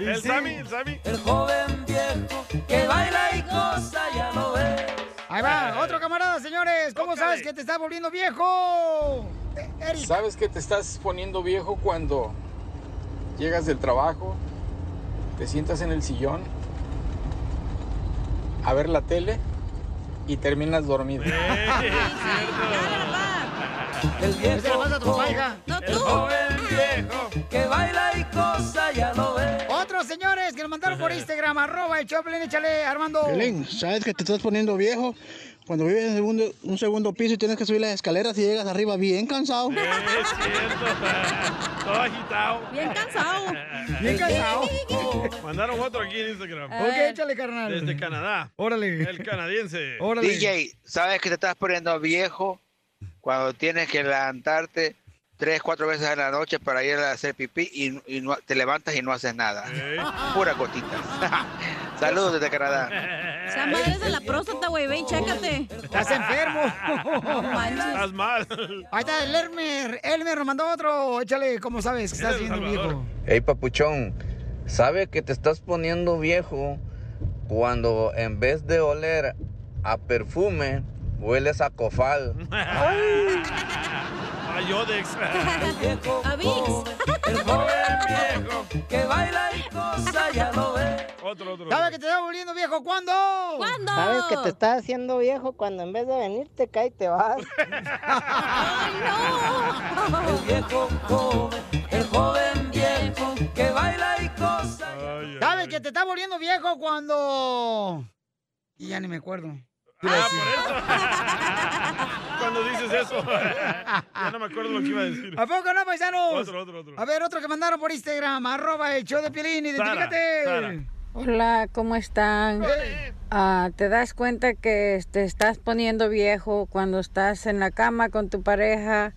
[SPEAKER 3] El Sammy, el Sammy.
[SPEAKER 10] El joven viejo, que baila y cosa ya lo ves.
[SPEAKER 1] Ahí va, otro camarada, señores. ¿Cómo sabes que te estás volviendo viejo? Eh, Eric.
[SPEAKER 17] Sabes que te estás poniendo viejo cuando llegas del trabajo, te sientas en el sillón a ver la tele y terminas dormido.
[SPEAKER 10] El
[SPEAKER 1] viejo joven,
[SPEAKER 10] el joven viejo, que baila y cosa ya lo ves.
[SPEAKER 1] Otros señores que nos mandaron por Instagram, arroba el Choplin, échale, Armando.
[SPEAKER 5] Piolín, ¿sabes que te estás poniendo viejo? Cuando vives en segundo- un segundo piso y tienes que subir las escaleras y llegas arriba bien cansado.
[SPEAKER 3] Es cierto. Todo agitado.
[SPEAKER 2] Bien cansado.
[SPEAKER 3] Bien
[SPEAKER 1] cansado.
[SPEAKER 3] Mandaron otro aquí en Instagram.
[SPEAKER 5] A Ok, ver.
[SPEAKER 1] échale, carnal.
[SPEAKER 3] Desde Canadá.
[SPEAKER 1] Órale.
[SPEAKER 3] El canadiense.
[SPEAKER 5] DJ, ¿sabes que te estás poniendo viejo cuando tienes que levantarte tres, cuatro veces a la noche para ir a hacer pipí y, y no- te levantas y no haces nada? Pura cotita. Saludos desde Canadá.
[SPEAKER 2] Esa madre es de la próstata, güey. Ve y chécate.
[SPEAKER 1] Estás enfermo.
[SPEAKER 2] No manches.
[SPEAKER 3] Estás mal.
[SPEAKER 1] Ahí está el Elmer. Elmer nos mandó otro. Échale, ¿cómo sabes que estás volviendo viejo?
[SPEAKER 6] Hey papuchón, ¿sabe que te estás poniendo viejo cuando en vez de oler a perfume, hueles a cofal?
[SPEAKER 3] A Yodex.
[SPEAKER 2] A
[SPEAKER 3] El joven viejo.
[SPEAKER 10] Que baila y cosa ya lo ves.
[SPEAKER 3] Otro, otro.
[SPEAKER 1] ¿Sabes que te estás volviendo viejo? ¿Cuándo?
[SPEAKER 2] ¿Cuándo?
[SPEAKER 8] ¿Sabes que te estás haciendo viejo cuando en vez de venir te cae y te vas?
[SPEAKER 10] El viejo joven, el joven viejo, que baila y cosa ya lo ves.
[SPEAKER 1] ¿Sabes que te estás volviendo viejo cuando...? Y ya ni me acuerdo.
[SPEAKER 3] Ah, por eso. Cuando dices eso. Ya no me acuerdo lo que iba a decir.
[SPEAKER 1] ¿A poco no, paisanos?
[SPEAKER 3] Otro, otro, otro.
[SPEAKER 1] A ver, otro que mandaron por Instagram, arroba el show de Piolín,
[SPEAKER 3] Sara,
[SPEAKER 1] identifícate.
[SPEAKER 3] Sara.
[SPEAKER 2] Hola, ¿cómo están? Ah, ¿Te das cuenta que te estás poniendo viejo cuando estás en la cama con tu pareja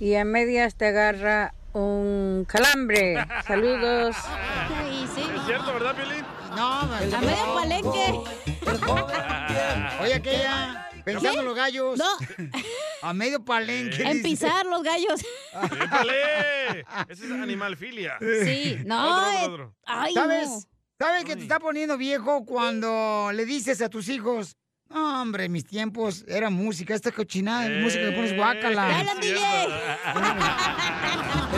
[SPEAKER 2] y a medias te agarra un calambre? Saludos.
[SPEAKER 3] ¿Es cierto, verdad, Piolín?
[SPEAKER 1] No,
[SPEAKER 30] A medio palenque.
[SPEAKER 1] Oye, aquella, pensando en los gallos.
[SPEAKER 30] No.
[SPEAKER 1] A medio palenque.
[SPEAKER 30] En pisar los gallos.
[SPEAKER 8] Ah,
[SPEAKER 3] ¡Épale! Ese es animalfilia.
[SPEAKER 30] Sí, no,
[SPEAKER 3] Otro,
[SPEAKER 30] eh,
[SPEAKER 3] otro, otro.
[SPEAKER 30] ay,
[SPEAKER 1] ¿Sabes?
[SPEAKER 30] no.
[SPEAKER 1] ¿Sabes que te está poniendo viejo cuando le dices a tus hijos? No, hombre, mis tiempos era música, esta cochinada de música que pones guácala.
[SPEAKER 10] es cierto.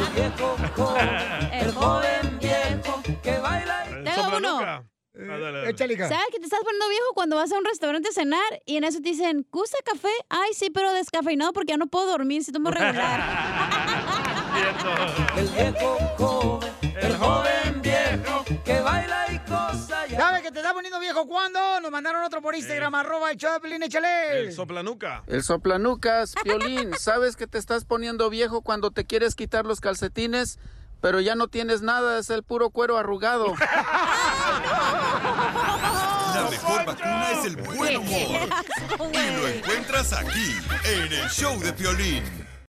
[SPEAKER 10] El viejo joven, el joven viejo que baila. y-
[SPEAKER 30] Te hago uno.
[SPEAKER 1] Eh,
[SPEAKER 30] ¿Sabes que te estás poniendo viejo cuando vas a un restaurante a cenar y en eso te dicen, ¿gusta café? Ay, sí, pero descafeinado porque ya no puedo dormir si tomo regular.
[SPEAKER 10] El viejo joven, el joven viejo que baila y cosa ya.
[SPEAKER 1] ¿Sabes que te está poniendo viejo cuando? Nos mandaron otro por Instagram, arroba el show de Piolín, échale.
[SPEAKER 3] El soplanuca.
[SPEAKER 6] El soplanucas, Piolín, ¿sabes que te estás poniendo viejo cuando te quieres quitar los calcetines? Pero ya no tienes nada, es el puro cuero arrugado.
[SPEAKER 4] La mejor vacuna es el buen humor. Y lo encuentras aquí, en el show de Piolín.